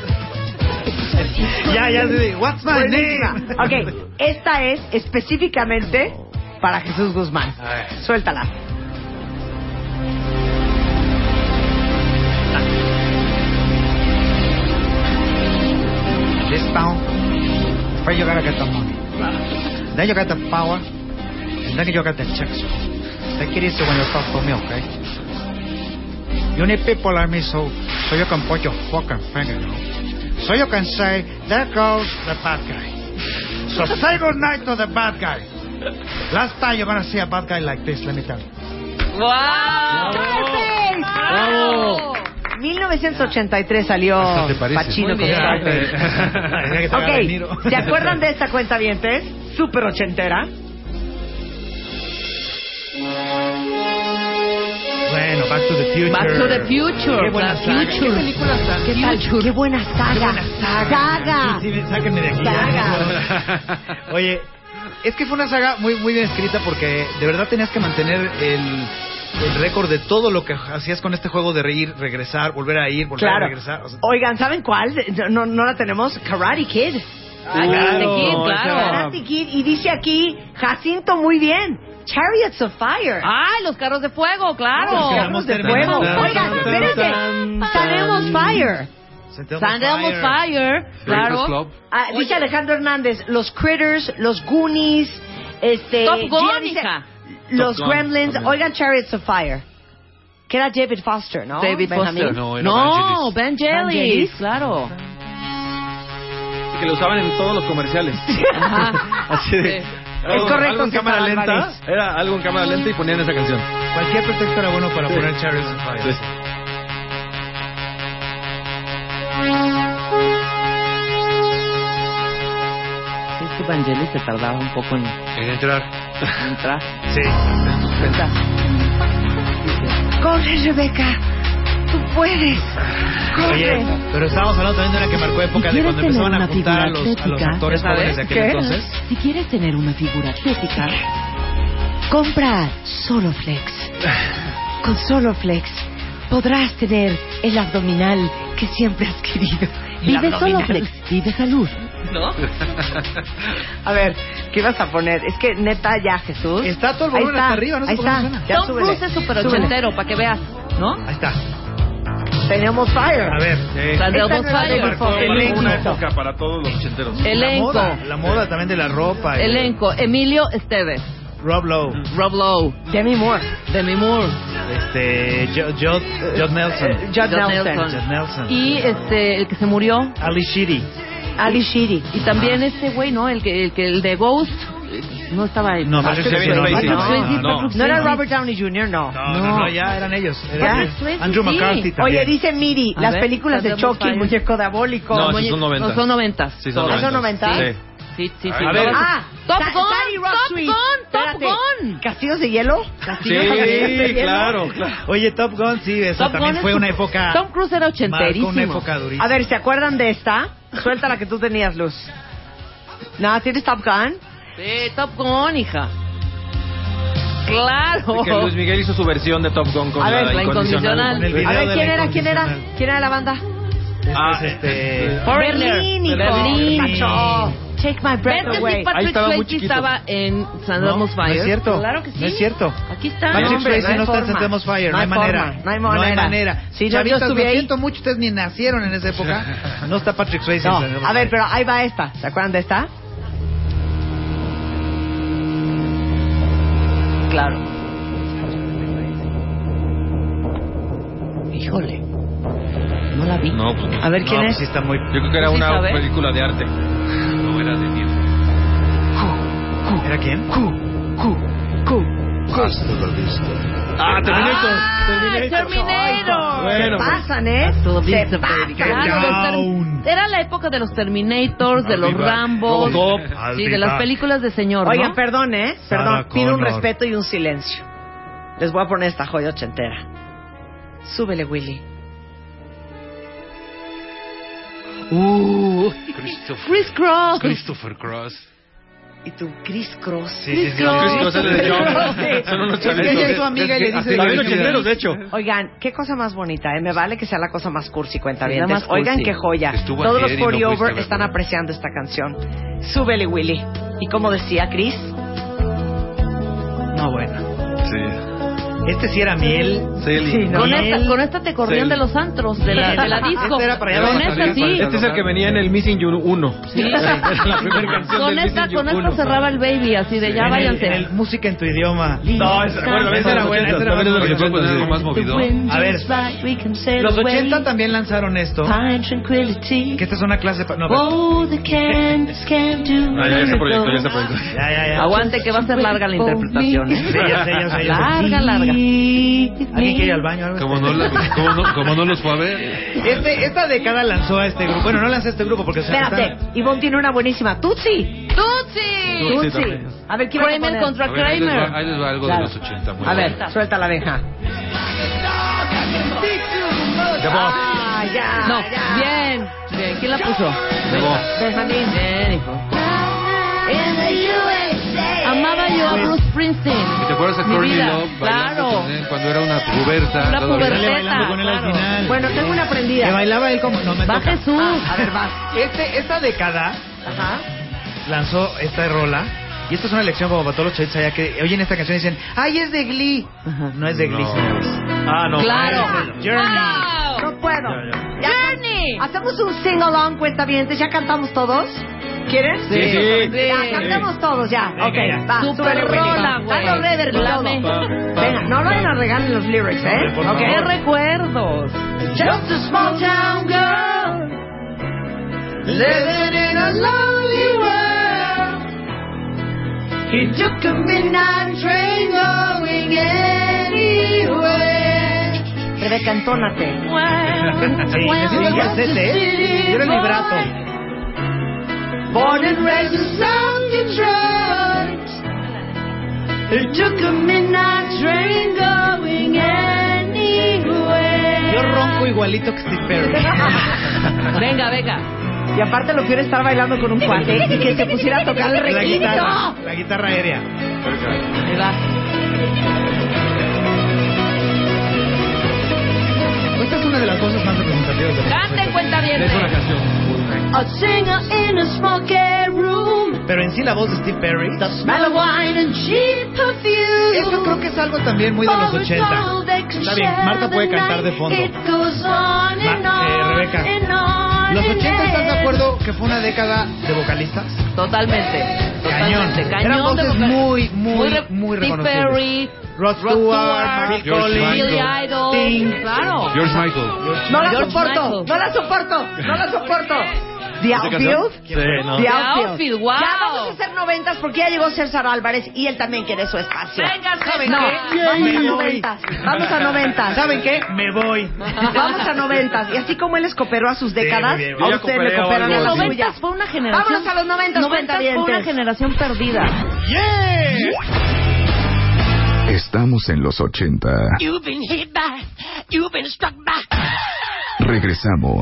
[SPEAKER 7] Ya, ya, sí, what's my
[SPEAKER 6] Buenísima.
[SPEAKER 7] name?
[SPEAKER 6] Ok, esta es específicamente para Jesús Guzmán.
[SPEAKER 7] A ver.
[SPEAKER 6] Suéltala.
[SPEAKER 7] This town, where you gotta get the money. Then you got the power, and then you got the checks. Take it easy when you talk to me, okay? You need people like me so, so you can put your fucking finger, you know? So you can say, there goes the bad guy. So say good night to the bad guy. Last time you're gonna see a bad guy like this, let me tell you.
[SPEAKER 8] ¡Wow!
[SPEAKER 6] ¡Cárcel!
[SPEAKER 8] ¡Bravo!
[SPEAKER 6] 1983 salió
[SPEAKER 15] Hasta te parece.
[SPEAKER 6] Pachino
[SPEAKER 15] Muy
[SPEAKER 6] con
[SPEAKER 15] bien.
[SPEAKER 6] Scarface.
[SPEAKER 7] Tenía que tragar el Niro.
[SPEAKER 6] Ok, ¿se acuerdan de esta cuenta vientes? Súper ochentera.
[SPEAKER 7] Bueno, Back to the Future.
[SPEAKER 8] Back to the Future.
[SPEAKER 7] Qué buena
[SPEAKER 8] Back
[SPEAKER 7] saga.
[SPEAKER 8] Future.
[SPEAKER 7] Qué película tan-
[SPEAKER 6] ¿Qué tal? ¡Qué buena saga! ¡Saga!
[SPEAKER 7] Sí, sí, sáquenme de aquí. Oye, es que fue una saga muy, muy bien escrita porque de verdad tenías que mantener el, el récord de todo lo que hacías con este juego de reír, regresar, volver a ir, volver
[SPEAKER 6] Claro.
[SPEAKER 7] a regresar. O sea,
[SPEAKER 6] Oigan, ¿saben cuál? No, no la tenemos. Karate Kid. Ah,
[SPEAKER 7] Ay, Karate Claro, Kid,
[SPEAKER 8] claro. esa-
[SPEAKER 6] Karate Kid. Y dice aquí, Jacinto, muy bien. Chariots of Fire.
[SPEAKER 8] ¡Ay, los carros de fuego, claro!
[SPEAKER 7] Porque
[SPEAKER 6] Carros
[SPEAKER 7] vamos
[SPEAKER 6] de
[SPEAKER 7] terminando.
[SPEAKER 6] fuego. Oigan,
[SPEAKER 7] Tan, tan,
[SPEAKER 6] espérense.
[SPEAKER 7] tan,
[SPEAKER 6] Tenemos Fire. Sandelmo Fire, claro. Ah, dice Alejandro Hernández, los Critters, los Goonies, este...
[SPEAKER 8] Top Gun,
[SPEAKER 6] Gia dice,
[SPEAKER 8] hija.
[SPEAKER 6] Los
[SPEAKER 8] Top Gun,
[SPEAKER 6] Gremlins,
[SPEAKER 8] también.
[SPEAKER 6] oigan Chariots of Fire. Que era David Foster, ¿no?
[SPEAKER 8] David
[SPEAKER 6] Benjamín.
[SPEAKER 8] Foster. No, era No, Vangelis. Vangelis, claro.
[SPEAKER 15] Que lo usaban en todos los comerciales. Así de. algo-
[SPEAKER 7] correcto,
[SPEAKER 15] algo en cámara
[SPEAKER 7] César
[SPEAKER 15] lenta.
[SPEAKER 7] Álvarez.
[SPEAKER 15] Era algo en cámara lenta y ponían esa canción.
[SPEAKER 7] Cualquier pretexto era bueno para
[SPEAKER 15] Sí.
[SPEAKER 7] poner Chariots of Fire.
[SPEAKER 8] Sí, es que Vangelis se tardaba un poco en...
[SPEAKER 5] En entrar.
[SPEAKER 8] entrar.
[SPEAKER 7] Sí.
[SPEAKER 6] Corre, Rebeca. Tú puedes.
[SPEAKER 7] Oye, pero estábamos hablando también de una que marcó época de cuando empezaban a juntar a los, a los actores jóvenes de aquel entonces.
[SPEAKER 6] Si quieres tener una figura atlética, compra Soloflex. Con Soloflex podrás tener el abdominal que siempre has querido. Vive
[SPEAKER 4] abdominal.
[SPEAKER 6] Soloflex, vive salud.
[SPEAKER 4] ¿No?
[SPEAKER 6] A ver, ¿qué vas a poner? Es que neta ya, Jesús. Está todo
[SPEAKER 8] el volumen hasta arriba, no sé
[SPEAKER 6] ahí
[SPEAKER 8] por qué
[SPEAKER 6] está.
[SPEAKER 8] no suena.
[SPEAKER 6] Ya
[SPEAKER 8] Tom
[SPEAKER 6] súbele.
[SPEAKER 8] Cruise es súper
[SPEAKER 6] Súbele.
[SPEAKER 8] ochentero, para que veas, ¿no?
[SPEAKER 7] Ahí está.
[SPEAKER 6] Tenemos Fire.
[SPEAKER 7] A ver, eh,
[SPEAKER 8] La de Elbow Fire.
[SPEAKER 7] Marcó- marcó una época
[SPEAKER 15] para todos los ochenteros.
[SPEAKER 8] Elenco.
[SPEAKER 7] La moda, la moda también de la ropa. y-
[SPEAKER 8] Elenco, Emilio Esteves,
[SPEAKER 7] Rob Lowe.
[SPEAKER 8] Rob Lowe,
[SPEAKER 6] Demi Moore,
[SPEAKER 8] Demi Moore
[SPEAKER 7] Este, Judd Jod, Jod Nelson.
[SPEAKER 8] Eh, Judd Nelson.
[SPEAKER 7] Judd Nelson.
[SPEAKER 8] y este el que se murió,
[SPEAKER 7] Ali Sheedy.
[SPEAKER 8] Ali Shiri. Y
[SPEAKER 7] Ah.
[SPEAKER 8] también este güey, ¿no? El que el que el de Ghost eh, no estaba ahí. Ah,
[SPEAKER 7] No, Patrick Swayze, no,
[SPEAKER 8] Patrick
[SPEAKER 7] no, no,
[SPEAKER 8] Swayze,
[SPEAKER 7] Ah, no.
[SPEAKER 8] Patrick
[SPEAKER 6] No era
[SPEAKER 8] Swayze.
[SPEAKER 6] Robert Downey Jr., no.
[SPEAKER 7] No, no, no, ya eran ellos.
[SPEAKER 6] Ya.
[SPEAKER 7] Eran ellos. Andrew McCarthy también.
[SPEAKER 6] Oye, dice Miri,
[SPEAKER 7] A
[SPEAKER 6] las
[SPEAKER 7] ver,
[SPEAKER 6] películas de
[SPEAKER 7] Sandra
[SPEAKER 6] Chucky, el
[SPEAKER 7] Bullock.
[SPEAKER 6] muñeco diabólico.
[SPEAKER 7] No, sí son noventas.
[SPEAKER 8] No, son noventas.
[SPEAKER 7] Sí, son
[SPEAKER 8] Ah,
[SPEAKER 7] noventas.
[SPEAKER 8] noventas?
[SPEAKER 7] Sí.
[SPEAKER 8] Sí, sí,
[SPEAKER 7] A
[SPEAKER 8] sí.
[SPEAKER 7] ver.
[SPEAKER 6] Ah,
[SPEAKER 8] Top
[SPEAKER 6] Sa-
[SPEAKER 8] Gun,
[SPEAKER 6] Sally Rock
[SPEAKER 8] Top
[SPEAKER 6] Sweet.
[SPEAKER 8] Gun, Top
[SPEAKER 6] Espérate.
[SPEAKER 8] Gun.
[SPEAKER 6] ¿Castillos de hielo?
[SPEAKER 7] Sí,
[SPEAKER 6] ¿Castillos de hielo?
[SPEAKER 7] claro, claro. Oye, Top Gun, sí, eso
[SPEAKER 6] Top
[SPEAKER 7] también
[SPEAKER 6] Gun
[SPEAKER 7] fue
[SPEAKER 6] es-
[SPEAKER 7] una época...
[SPEAKER 6] Tom Cruise era
[SPEAKER 7] Marcó
[SPEAKER 6] ochenterísimo.
[SPEAKER 7] una época durísima.
[SPEAKER 6] A ver, ¿se acuerdan de esta? Suelta la que tú tenías, Luz. No, ¿tienes Top Gun?
[SPEAKER 8] Sí, Top Gun, hija. Claro.
[SPEAKER 15] Así que Luis Miguel hizo su versión de Top Gun con
[SPEAKER 8] A ver, la
[SPEAKER 15] incondicional.
[SPEAKER 8] incondicional. A ver,
[SPEAKER 6] ¿Quién era? ¿Quién era? ¿Quién era la banda?
[SPEAKER 15] Ah,
[SPEAKER 7] eh,
[SPEAKER 15] este.
[SPEAKER 6] Berlín, hijo.
[SPEAKER 8] Berlín.
[SPEAKER 6] Macho. Take my breath
[SPEAKER 8] ¿Ves que
[SPEAKER 6] away.
[SPEAKER 8] sí, Patrick Swayze estaba en Sandramo
[SPEAKER 7] No, no es cierto.
[SPEAKER 8] Claro que sí.
[SPEAKER 7] No es cierto.
[SPEAKER 8] Aquí está.
[SPEAKER 7] Patrick
[SPEAKER 8] hombre,
[SPEAKER 7] Swayze no está en
[SPEAKER 8] forma.
[SPEAKER 7] Sentemos Fire, no hay
[SPEAKER 8] forma,
[SPEAKER 7] manera.
[SPEAKER 8] No hay
[SPEAKER 7] No hay
[SPEAKER 8] manera.
[SPEAKER 7] manera.
[SPEAKER 6] Sí, yo-
[SPEAKER 7] Chavitas,
[SPEAKER 6] yo estuve
[SPEAKER 7] lo
[SPEAKER 6] ahí.
[SPEAKER 7] siento mucho, ustedes ni nacieron en esa época. No está Patrick Swayze.
[SPEAKER 6] No,
[SPEAKER 7] en Sentemos
[SPEAKER 6] a ver,
[SPEAKER 7] Fire.
[SPEAKER 6] pero ahí va esta. ¿Se acuerdan de esta? Claro. Híjole. No la vi.
[SPEAKER 15] No, pues,
[SPEAKER 6] A ver, ¿quién
[SPEAKER 15] no,
[SPEAKER 6] es?
[SPEAKER 15] pues sí está muy... Yo creo que era
[SPEAKER 6] ¿Sí
[SPEAKER 15] una
[SPEAKER 6] sabe?
[SPEAKER 15] película de arte. No era de tiempo.
[SPEAKER 7] ¿Era quién?
[SPEAKER 15] Ah, Terminator. Terminator.
[SPEAKER 8] Terminator.
[SPEAKER 15] Bueno,
[SPEAKER 8] Se
[SPEAKER 15] pues.
[SPEAKER 8] pasan, ¿eh? Se pasan. Claro,
[SPEAKER 7] los
[SPEAKER 8] ter- Era la época de los Terminators, pues, de los
[SPEAKER 6] Arriba.
[SPEAKER 8] Rambos,
[SPEAKER 6] Robocop.
[SPEAKER 8] sí, de las
[SPEAKER 6] Arriba.
[SPEAKER 8] películas de señor, ¿no?
[SPEAKER 6] Oigan, perdón, ¿eh? Perdón,
[SPEAKER 8] Sarah
[SPEAKER 6] pido un
[SPEAKER 8] Connor.
[SPEAKER 6] respeto y un silencio. Les voy a poner esta joya ochentera. Súbele, Willy. Uh.
[SPEAKER 5] Christopher,
[SPEAKER 6] Chris Cross.
[SPEAKER 5] Christopher Cross.
[SPEAKER 6] Y tu Chris Cross.
[SPEAKER 5] Sí, sí, sí, Chris Cross es el de John. Son unos
[SPEAKER 6] Es que
[SPEAKER 5] chavitos.
[SPEAKER 6] ella es tu amiga y le
[SPEAKER 5] Es que-
[SPEAKER 6] dice-
[SPEAKER 5] también ochenteros, de hecho.
[SPEAKER 6] Oigan, qué cosa más bonita, ¿eh? Me vale que sea la cosa más cursi, cuenta
[SPEAKER 8] Es la más cursi.
[SPEAKER 6] Oigan, qué joya.
[SPEAKER 8] Estuvo
[SPEAKER 6] Todos
[SPEAKER 8] ayer
[SPEAKER 6] los
[SPEAKER 8] y no fuiste,
[SPEAKER 6] 40 over
[SPEAKER 8] ¿verdad?
[SPEAKER 6] están apreciando esta canción. Súbele, Willy. Y como decía Chris,
[SPEAKER 7] No, bueno. Sí. Este sí era miel. Sí, ¿no?
[SPEAKER 8] Con,
[SPEAKER 7] Miel.
[SPEAKER 8] esta, con esta te corrían
[SPEAKER 7] Cel.
[SPEAKER 8] de los antros, de la, de la disco.
[SPEAKER 7] Este era para allá
[SPEAKER 8] con
[SPEAKER 7] de
[SPEAKER 8] esta sí.
[SPEAKER 15] Este es el que venía en el Missing You 1.
[SPEAKER 8] Sí.
[SPEAKER 15] Era la primera canción
[SPEAKER 8] Con
[SPEAKER 15] del
[SPEAKER 8] esta,
[SPEAKER 15] Missing You
[SPEAKER 8] con esta
[SPEAKER 15] 1.
[SPEAKER 8] cerraba el baby, así de ya
[SPEAKER 7] En el-
[SPEAKER 8] váyanse.
[SPEAKER 7] en el música en tu idioma.
[SPEAKER 15] No, esa- bueno, esa era buena, esa era más movida. Era más
[SPEAKER 8] Pues,
[SPEAKER 15] movido.
[SPEAKER 7] A ver, los 80
[SPEAKER 6] también.
[SPEAKER 7] también lanzaron esto.
[SPEAKER 8] Ah.
[SPEAKER 7] Que esta es una clase. pa- No,
[SPEAKER 6] Oh, the candles can
[SPEAKER 5] Ah,
[SPEAKER 6] do
[SPEAKER 15] ya, ya se proyectó, ya se proyectó.
[SPEAKER 7] Ya, ya, ya.
[SPEAKER 8] Aguante que va a ser larga la interpretación. ¿eh?
[SPEAKER 7] Sí, ya sé, ya sé, ya sé.
[SPEAKER 8] Larga, larga.
[SPEAKER 7] ¿Alguien quiere ir al baño? o algo?
[SPEAKER 5] Como no, la- como no, como no los fue a ver.
[SPEAKER 7] Este, esta década lanzó a este grupo. Bueno, no lanzó a este grupo porque se
[SPEAKER 6] Espérate, Ivonne tiene una buenísima. Tutsi.
[SPEAKER 8] ¡Tutsi!
[SPEAKER 7] Tutsi
[SPEAKER 6] Tutsi.
[SPEAKER 7] también.
[SPEAKER 6] A ver, ¿quién va a
[SPEAKER 8] Kramer
[SPEAKER 6] poner?
[SPEAKER 8] contra
[SPEAKER 5] A ver, ahí les va, ahí les va algo
[SPEAKER 6] Claro.
[SPEAKER 5] de los 80. muy
[SPEAKER 6] A
[SPEAKER 5] bueno.
[SPEAKER 6] ver, suelta la abeja. Ah, ya.
[SPEAKER 8] No,
[SPEAKER 6] ya.
[SPEAKER 8] bien, bien. ¿Quién la puso?
[SPEAKER 6] Benjamín.
[SPEAKER 8] Bien, hijo. Amaba yo a Bruce Springsteen.
[SPEAKER 5] ¿Y ¿Te acuerdas a
[SPEAKER 8] Mi
[SPEAKER 5] Courtney
[SPEAKER 8] vida,
[SPEAKER 5] Love bailando
[SPEAKER 8] Claro.
[SPEAKER 5] con él cuando era una puberta?
[SPEAKER 8] Una
[SPEAKER 5] todavía?
[SPEAKER 8] puberteta,
[SPEAKER 7] bailando con él al
[SPEAKER 8] claro.
[SPEAKER 7] final.
[SPEAKER 6] Bueno, tengo una prendida.
[SPEAKER 7] Que bailaba él como. No, me
[SPEAKER 8] Va
[SPEAKER 7] toca. Ah,
[SPEAKER 8] Jesús.
[SPEAKER 6] A ver, vas.
[SPEAKER 7] Este, esta década
[SPEAKER 6] Ajá.
[SPEAKER 7] lanzó esta rola. Y esta es una lección como para todos los chavitos allá que oyen esta canción y dicen, ¡ay, es de Glee! No es de Glee, señores. Ah,
[SPEAKER 8] Claro.
[SPEAKER 7] Journey.
[SPEAKER 8] Wow.
[SPEAKER 6] No puedo.
[SPEAKER 8] Journey.
[SPEAKER 2] Sí.
[SPEAKER 6] Hacemos un sing along, cuenta ¿Ya cantamos todos? ¿Quieren?
[SPEAKER 2] Sí. Sí.
[SPEAKER 6] Ya, cantamos todos ya.
[SPEAKER 2] Venga,
[SPEAKER 6] ok,
[SPEAKER 2] ya.
[SPEAKER 6] va.
[SPEAKER 2] Super
[SPEAKER 6] súbele, güey.
[SPEAKER 2] rola, güey.
[SPEAKER 6] Dando reverb y todo. Venga, no lo vayan a regar en los lyrics, ¿eh?
[SPEAKER 2] Por
[SPEAKER 6] Ok.
[SPEAKER 2] favor.
[SPEAKER 8] recuerdos?
[SPEAKER 2] Just a small town girl living in a lonely world. He took a midnight train going anywhere.
[SPEAKER 6] Rebeca, entónate.
[SPEAKER 2] Sí, sí, ya sé,
[SPEAKER 7] ¿eh?
[SPEAKER 2] sé. Yo era el vibrato. Born and raised in South Detroit. It took a midnight train going anywhere.
[SPEAKER 7] Yo ronco igualito que Steve Perry.
[SPEAKER 8] Venga, venga.
[SPEAKER 6] Y aparte lo quiero estar bailando con un cuate y que se pusiera a tocar el
[SPEAKER 7] La
[SPEAKER 6] requinto.
[SPEAKER 7] guitarra, la guitarra aérea.
[SPEAKER 8] Ahí va.
[SPEAKER 7] Esta es una de las cosas más representativas de
[SPEAKER 8] Canten, cuenta bien.
[SPEAKER 7] Es una canción.
[SPEAKER 2] A singer in a smoky room.
[SPEAKER 7] Pero en sí la voz de Steve Perry.
[SPEAKER 2] Smell of wine and cheap perfume.
[SPEAKER 7] Eso creo que es algo también muy de los 80. Está bien, Marta puede cantar de fondo.
[SPEAKER 2] It goes on
[SPEAKER 7] Ma-
[SPEAKER 2] and
[SPEAKER 7] eh,
[SPEAKER 2] on
[SPEAKER 7] Rebeca,
[SPEAKER 2] and on
[SPEAKER 7] ¿los
[SPEAKER 2] and
[SPEAKER 7] 80 estás de
[SPEAKER 2] on.
[SPEAKER 7] acuerdo que fue una década de vocalistas?
[SPEAKER 8] Totalmente.
[SPEAKER 7] Cañón.
[SPEAKER 8] Totalmente. Cañón.
[SPEAKER 7] Eran voces
[SPEAKER 8] de
[SPEAKER 7] muy, muy,
[SPEAKER 8] re-
[SPEAKER 7] muy
[SPEAKER 8] Steve
[SPEAKER 7] reconocibles.
[SPEAKER 8] Perry,
[SPEAKER 7] Rod
[SPEAKER 8] Rod
[SPEAKER 7] Stewart, Phil
[SPEAKER 5] George
[SPEAKER 7] Collins,
[SPEAKER 5] Michael.
[SPEAKER 8] Billy Idol.
[SPEAKER 7] Sting.
[SPEAKER 8] Claro.
[SPEAKER 5] George Michael.
[SPEAKER 6] No la
[SPEAKER 8] George
[SPEAKER 6] soporto,
[SPEAKER 8] Michael.
[SPEAKER 6] no la soporto, no la soporto. The
[SPEAKER 5] ¿Esta canción?
[SPEAKER 6] Outfield.
[SPEAKER 5] Sí, no.
[SPEAKER 6] The Outfield.
[SPEAKER 8] Ah. Outfield, wow.
[SPEAKER 6] Ya vamos a hacer noventas porque ya llegó César Álvarez y él también quiere su espacio.
[SPEAKER 8] Venga, ¿saben
[SPEAKER 6] no,
[SPEAKER 8] qué?
[SPEAKER 6] vamos a
[SPEAKER 7] Me voy.
[SPEAKER 6] noventas, vamos a noventas.
[SPEAKER 7] ¿Saben qué? Me voy.
[SPEAKER 6] Vamos a noventas. Y así como él les cooperó a sus décadas,
[SPEAKER 7] muy bien. Yo
[SPEAKER 6] a
[SPEAKER 7] ya
[SPEAKER 6] ustedes le
[SPEAKER 7] cooperé
[SPEAKER 6] cooperan
[SPEAKER 7] algo
[SPEAKER 6] a la
[SPEAKER 8] Los
[SPEAKER 7] así.
[SPEAKER 6] suya.
[SPEAKER 8] noventas fue una generación.
[SPEAKER 6] Vámonos a los noventas,
[SPEAKER 8] Noventas fue una
[SPEAKER 6] cuentavientes.
[SPEAKER 8] generación perdida.
[SPEAKER 7] ¡Yeah!
[SPEAKER 3] Estamos en los 80.
[SPEAKER 2] You've been hit by, you've been struck by.
[SPEAKER 3] Regresamos.